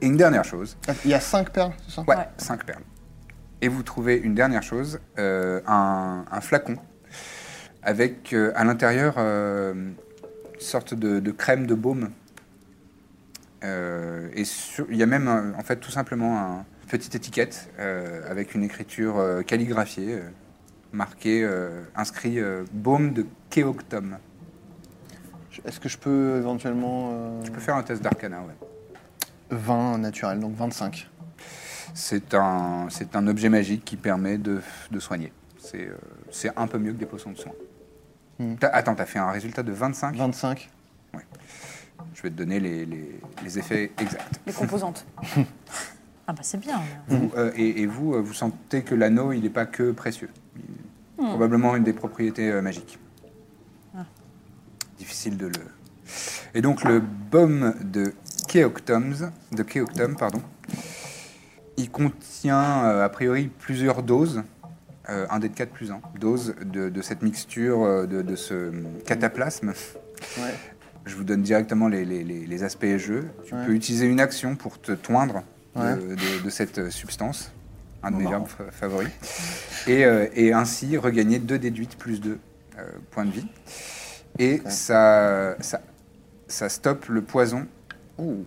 S1: Et une dernière chose,
S3: Ah, Il y a 5 perles, c'est ça
S1: Ouais, 5 perles. Et vous trouvez une dernière chose, euh, un, un flacon avec euh, à l'intérieur euh, une sorte de, de crème de baume. Euh, et sur- il y a même euh, en fait tout simplement un- une petite étiquette euh, avec une écriture euh, calligraphiée, euh, marquée, euh, inscrit euh, baume de Keoktom.
S3: Je- Est-ce que je peux éventuellement. euh,
S1: Je peux faire un test d'arcana, ouais.
S3: 20 naturel, donc 25.
S1: C'est un, c'est un objet magique qui permet de, de soigner. C'est, euh, c'est un peu mieux que des potions de soin. T'as- attends, t'as fait un résultat de 25
S3: 25.
S1: Je vais te donner les, les- les effets exacts.
S5: Les composantes.
S2: Ah bah c'est bien. là.
S1: Vous, euh, et, et vous, euh, vous sentez que l'anneau, il n'est pas que précieux. Il- Probablement une des propriétés euh, magiques. Difficile de le... Et donc le baume de Keoktoms, de Keoktom, pardon, il contient euh, a priori plusieurs doses euh, un dé de 4 plus 1, dose de, de cette mixture, euh, de, de ce cataplasme.
S3: Ouais.
S1: Je vous donne directement les, les- les- les aspects et jeux. Tu peux utiliser une action pour te toindre de,
S3: Ouais.
S1: de- de cette euh, substance, un de mes verbes fa- favoris, et, euh, et ainsi regagner 2 déduites plus 2 points de vie. Et ça, ça, ça stoppe le poison Ah.
S3: Ouh.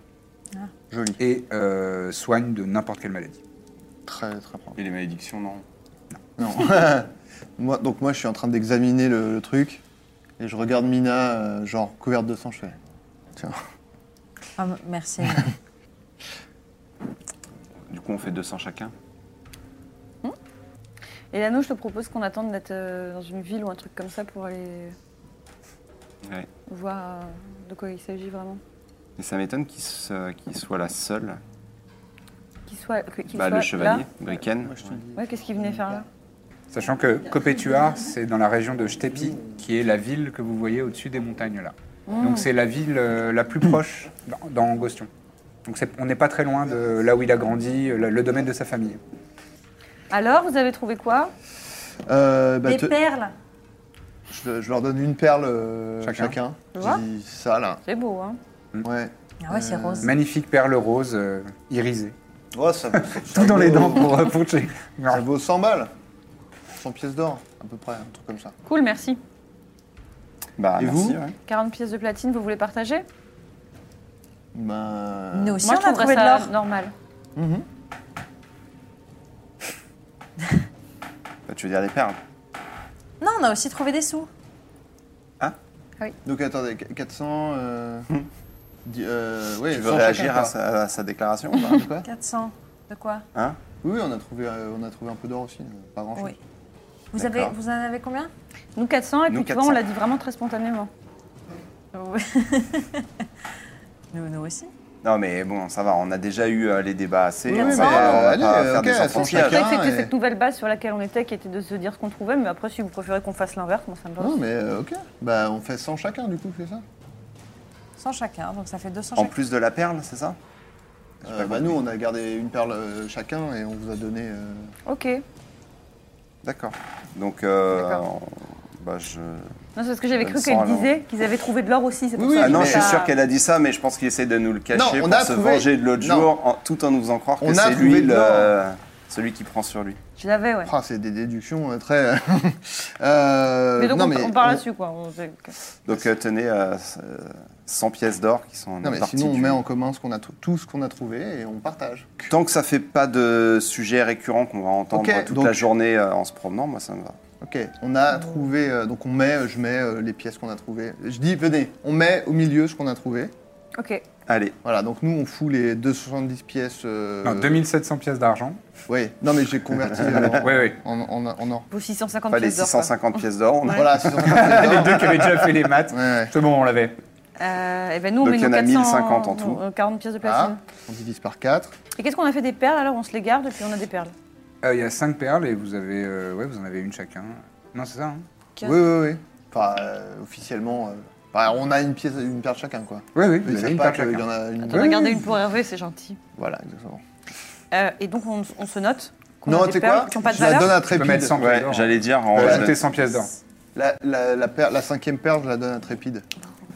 S3: Joli.
S1: et euh, soigne de n'importe quelle maladie.
S3: Très, très propre.
S4: Et les malédictions, non.
S3: Non. moi, donc moi, je suis en train d'examiner le, le truc et je regarde Mina, euh, genre couverte de sang. Je fais.
S2: Ah, merci.
S4: Du coup, on fait 200 chacun.
S5: Et Lano, je te propose qu'on attende d'être euh, dans une ville ou un truc comme ça pour aller
S4: Ouais.
S5: voir euh, de quoi il s'agit vraiment.
S4: Et ça m'étonne qu'il se- qu'il soit la seule.
S5: Qu'il soit, que- qu'il
S4: Bah,
S5: soit
S4: le chevalier,
S5: là.
S4: Griken.
S3: Moi, je te le dis.
S5: Ouais, qu'est-ce qu'il venait faire là
S1: Sachant que Copetuar, c'est dans la région de Stepi, qui est la ville que vous voyez au-dessus des montagnes là. Donc c'est la ville euh, la plus proche dans, dans Angostion. Donc c'est- on n'est pas très loin de là où il a grandi, euh, le, le domaine de sa famille.
S5: Alors, vous avez trouvé quoi
S3: Euh, bah,
S2: Des
S3: te-
S2: perles
S3: je, je leur donne une perle euh,
S1: Chacun.
S3: chacun. Je
S5: Tu vois
S3: dis ça là.
S5: C'est beau, hein
S3: Ouais.
S2: Ah ouais, c'est
S3: Euh,
S2: rose.
S1: Magnifique perle rose euh, irisée.
S3: Oh, ça vaut,
S1: Tout dans les dents pour, euh, pour tuer.
S3: ça vaut 100 balles. 100 pièces d'or, à peu près, un truc comme ça.
S5: Cool, merci.
S4: Bah,
S3: Et
S4: merci,
S3: vous
S4: ouais.
S5: 40 pièces de platine, vous voulez partager
S3: Bah,
S2: Nous aussi,
S5: Moi, je
S2: on a trouvé
S5: trouverais
S2: de
S5: ça
S2: l'or.
S5: normal.
S3: Mhm.
S4: Bah, tu veux dire les perles
S2: Non, on a aussi trouvé des sous.
S3: Donc attendez, qu- 400. Euh... di- euh, ouais,
S4: Tu veux
S3: 100
S4: réagir
S3: chacun,
S4: à
S3: quoi.
S4: sa, à sa déclaration ou pas
S3: Ah, de quoi
S2: 400. De quoi
S4: Hein
S3: Oui, oui, on a trouvé, euh, on a trouvé un peu d'or aussi, euh, pas grand chose.
S2: Oui. Vous, avez,
S4: D'accord.
S2: vous en avez combien
S5: Nous 400, et puis
S4: Nous,
S5: tu vois,
S4: 400.
S5: on l'a dit vraiment très spontanément.
S2: nous, nous aussi.
S4: Non, mais bon, ça va, on a déjà eu euh, les débats assez.
S3: Oui,
S4: on
S3: mais
S4: va- on va
S3: allez,
S4: pas faire
S3: ok,
S4: des
S3: attends,
S4: enfantillages.
S5: C'est
S3: chacun.
S5: vrai que c'était
S3: et-
S5: cette nouvelle base sur laquelle on était, qui était de se dire ce qu'on trouvait, mais après, si vous préférez qu'on fasse l'inverse, moi, ça me va.
S4: Hein
S3: Non, mais euh, ok. Bah, on fait 100 chacun, du coup, c'est ça
S2: 100 chacun, donc ça fait 200
S4: En
S2: chacun.
S4: plus de la perle, c'est ça
S3: Euh, Bah, nous, on a gardé une perle euh, chacun et on vous a donné. euh,
S5: Ok.
S4: D'accord. Donc, euh,
S5: D'accord.
S4: on- bah, je...
S5: Non, c'est parce que j'avais
S4: Bonne
S5: cru
S4: sang,
S5: qu'elle
S4: alors.
S5: disait qu'ils avaient trouvé de l'or aussi. c'est pour
S3: Oui,
S5: ça
S4: Ah
S5: que
S4: non,
S3: mais-
S4: je suis
S5: ça-
S4: sûr qu'elle a dit ça, mais je pense qu'il essaie de nous le cacher
S3: Non, on
S4: pour
S3: a
S4: se
S3: trouvé-
S4: venger de l'autre
S3: Non.
S4: jour, en- tout en nous faisant croire que
S3: On a
S4: c'est
S3: trouvé
S4: lui
S3: de
S4: le-
S3: l'or.
S4: celui qui prend sur lui.
S5: Je l'avais, ouais.
S3: Ah, c'est des déductions euh, très. euh,
S5: mais donc,
S3: non,
S5: on, on parle
S3: on-
S5: là-dessus, quoi. On- c'est-
S4: Donc, euh, tenez euh, c- euh, 100 pièces d'or qui sont en
S3: Non, mais
S4: partie
S3: sinon, on
S4: du-
S3: met en commun ce qu'on a trou- tout ce qu'on a trouvé et on partage.
S4: Tant que ça fait pas de sujet récurrent qu'on va entendre
S3: Ok,
S4: toute
S3: donc-
S4: la journée euh, en se promenant, moi ça me va.
S3: Ok, on a trouvé. euh, donc, on met, euh, je mets euh, les pièces qu'on a trouvées. Je dis, venez, on met au milieu ce qu'on a trouvé.
S5: Ok.
S4: Allez,
S3: Voilà, donc nous, on fout les 270 pièces. euh,
S1: Non, 2700 pièces d'argent.
S3: Oui, non, mais j'ai converti euh, en,
S1: Oui, oui.
S3: en, en, en or.
S5: Vos 650
S4: pas les
S5: pièces d'or. quoi.
S4: 650 pièces d'or, on a
S3: Voilà, c'est
S1: Les deux qui avaient déjà fait les maths.
S3: Ouais, ouais.
S1: C'est bon, on l'avait.
S5: Euh, et ben nous, on
S4: Donc,
S5: met
S4: il y en
S5: nos
S4: a
S5: 400,
S4: 1050 en
S5: nos-
S4: tout. Ah.
S5: euh, 40 pièces de
S3: Ah,
S5: platine.
S3: on divise par 4.
S5: Et qu'est-ce qu'on a fait des perles alors On se les garde et puis on a des perles.
S1: Euh, Il y a 5 perles et vous, avez, euh, ouais, vous en avez une chacun. Non, c'est ça. hein
S3: Oui, oui, oui. Enfin, euh, officiellement, euh, bah, on a une pièce, une paire chacun, quoi.
S1: oui, oui, vous
S3: Ils
S1: avez
S3: savent
S1: une
S3: pas
S1: perle
S3: qu'il y
S1: chacun. Ah,
S3: en a une.
S5: T'en as
S1: Oui.
S5: gardé une pour Hervé, c'est gentil.
S3: Voilà, exactement.
S5: Euh, et donc, on, on se note. qu'on a
S3: Non,
S5: des
S3: tu sais
S5: perles
S3: quoi
S5: qui n'ont pas de
S3: Je la
S5: valeur.
S3: donne à
S1: Tu peux
S3: Trépide.
S1: mettre 100 pièces
S4: Ouais,
S1: d'or.
S4: j'allais dire en
S1: Tu peux
S4: ouais,
S1: ajouter 100 Euh, pièces d'or.
S3: La, la, la, paire- la cinquième paire, je la donne à Trépide.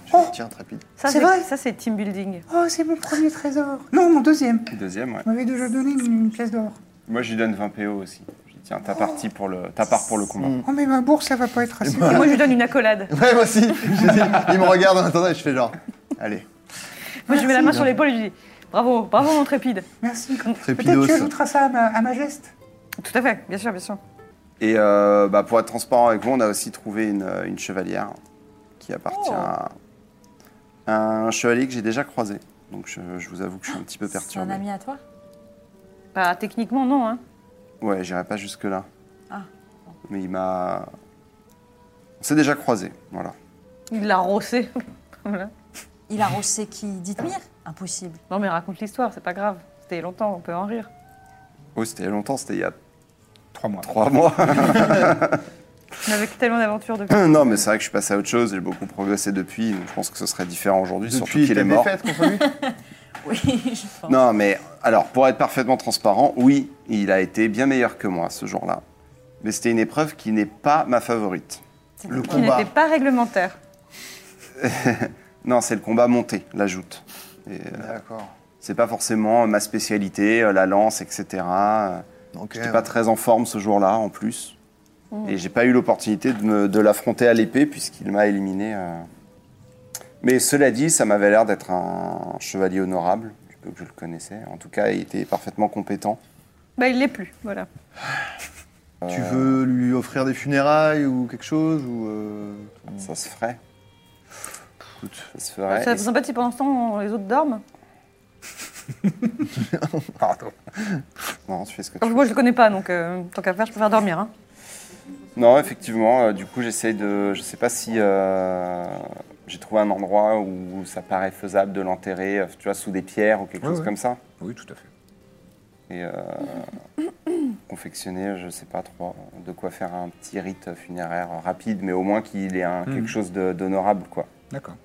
S3: Je
S5: Oh.
S3: la tiens, Trépide.
S5: Ça,
S1: C'est
S5: c'est
S1: vrai
S5: Ça, c'est team building.
S1: Oh, c'est mon premier trésor. Non, mon deuxième.
S4: deuxième, ouais.
S1: Vous m'avez déjà donné une, pièce d'or.
S4: Moi je lui donne 20 PO aussi. Je dis tiens, ta partie pour le ta part pour le combat.
S1: Oh, mais ma bourse, ça va pas être assez.
S5: Et moi, je lui donne une accolade.
S3: Ouais, moi aussi. Je dis, il me regarde en attendant et je fais genre, allez,
S5: Moi, je lui mets la main sur l'épaule et je lui dis Bravo, bravo, mon trépide.
S1: Merci.
S3: Trépidos.
S1: ça à ma, à ma geste.
S5: Tout à fait, bien sûr, bien sûr.
S4: Et euh, bah, pour être transparent avec vous, on a aussi trouvé une, euh, une chevalière qui appartient
S2: Oh.
S4: à un chevalier que j'ai déjà croisé. Donc je, je vous avoue que je suis un petit peu
S2: Ah, C'est un
S4: perturbé.
S2: ami à toi
S5: Bah, techniquement, non. Hein.
S4: Ouais, j'irai pas jusque là.
S2: Ah.
S4: Mais il m'a. On s'est déjà croisé, voilà.
S5: Il l'a rossé. Voilà.
S2: Il a rossé qui Dites-moi Impossible.
S5: Non, mais raconte l'histoire, c'est pas grave. C'était il y a longtemps, on peut en rire.
S4: Oh, c'était il y a longtemps, c'était il y a
S1: Trois mois.
S4: trois mois.
S5: On avait tellement d'aventures depuis.
S3: Ah,
S4: non, mais c'est vrai que je suis passé à autre chose, j'ai beaucoup progressé depuis, donc je pense que ce serait différent aujourd'hui, surtout
S3: depuis
S4: qu'il
S3: t'as
S4: est mort.
S3: défaite contre lui.
S2: Oui, je pense.
S4: Non, mais alors, pour être parfaitement transparent, oui, il a été bien meilleur que moi ce jour-là. mais c'était une épreuve qui n'est pas ma favorite.
S3: Le
S5: Qui
S3: combat.
S5: n'était pas réglementaire.
S4: Non, c'est le combat monté, la joute. Et, euh,
S3: D'accord.
S4: c'est pas forcément ma spécialité, euh, la lance, etc. Euh,
S3: Ok.
S4: J'étais pas très en forme ce jour-là, en plus. Et j'ai pas eu l'opportunité de, me- de l'affronter à l'épée, puisqu'il m'a éliminé. euh. Mais cela dit, ça m'avait l'air d'être un chevalier honorable, du peu que je le connaissais. En tout cas, il était parfaitement compétent.
S5: Bah, il l'est plus, voilà.
S3: Tu veux lui offrir des funérailles ou quelque chose ou euh,
S4: Ça se ferait.
S3: écoute,
S4: Ça se ferait.
S5: Ça vous embête si pendant ce temps les autres dorment
S1: Pardon.
S4: Non, tu fais ce que tu
S5: Comme moi, je le connais pas, donc euh, tant qu'à faire, je préfère dormir. Hein.
S4: Non, effectivement, euh, du coup, j'essaie de. Je sais pas si euh, j'ai trouvé un endroit où ça paraît faisable de l'enterrer, euh, tu vois, sous des pierres ou quelque
S1: Ouais,
S4: chose
S1: ouais.
S4: comme ça.
S1: Oui, tout à fait.
S4: Et euh, confectionner, je sais pas trop de quoi faire un petit rite funéraire rapide, mais au moins qu'il ait
S1: Hmm.
S4: un, quelque chose de- d'honorable, quoi.
S1: D'accord.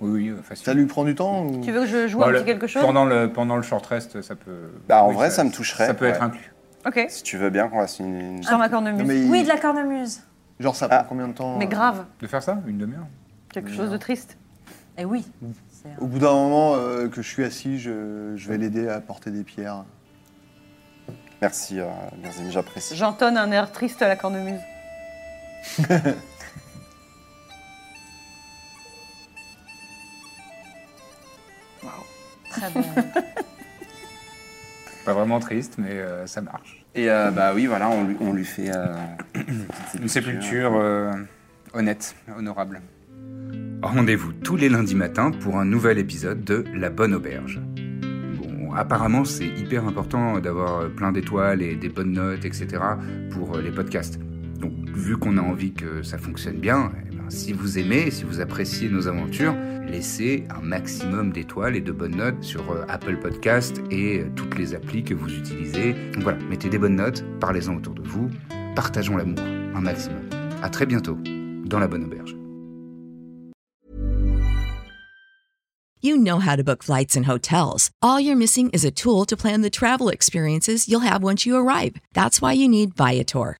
S1: Oui, oui, euh, facile.
S3: ça lui prend du temps ou...
S5: Tu veux que je joue
S1: Bon,
S5: un
S1: Bah, le-
S5: petit quelque chose
S1: pendant le, pendant le short rest, ça peut.
S4: Bah, en vrai, ça me toucherait,
S1: Ça peut
S4: ouais.
S1: être inclus.
S5: Ok,
S4: Si tu veux bien qu'on fasse une. une-
S5: je sors ma cornemuse.
S3: Non,
S5: mais...
S3: mais il-
S2: Oui, de la cornemuse.
S3: Genre ça
S4: Ah.
S3: prend combien de temps euh,
S5: grave,
S1: De faire ça Une demi-heure
S5: quelque chose de triste.
S2: Et Eh oui. c'est-
S3: Au bout d'un moment euh, que je suis assis, je, je vais l'aider à porter des pierres.
S4: Merci, euh, Birzim, j'apprécie.
S5: J'entonne un air triste à la cornemuse.
S2: Très bon.
S1: Pas vraiment triste, mais euh, ça marche.
S4: Et euh, bah oui, voilà, on lui, on lui fait euh,
S1: Une sépulture euh, honnête, honorable. Rendez-vous tous les lundis matins pour un nouvel épisode de La Bonne Auberge. Bon, apparemment, c'est hyper important d'avoir euh, plein d'étoiles et des bonnes notes, etc. pour euh, les podcasts. Donc, vu qu'on a envie que ça fonctionne bien, eh ben, si vous aimez, si vous appréciez nos aventures, laissez un maximum d'étoiles et de bonnes notes sur euh, Apple Podcast et euh, toutes les applis que vous utilisez. Donc voilà, mettez des bonnes notes, parlez-en autour de vous, partageons l'amour un maximum. À très bientôt dans la bonne auberge.
S7: You know how to book flights and hotels. All you're missing is a tool to plan the travel experiences you'll have once you arrive. That's why you need Viator.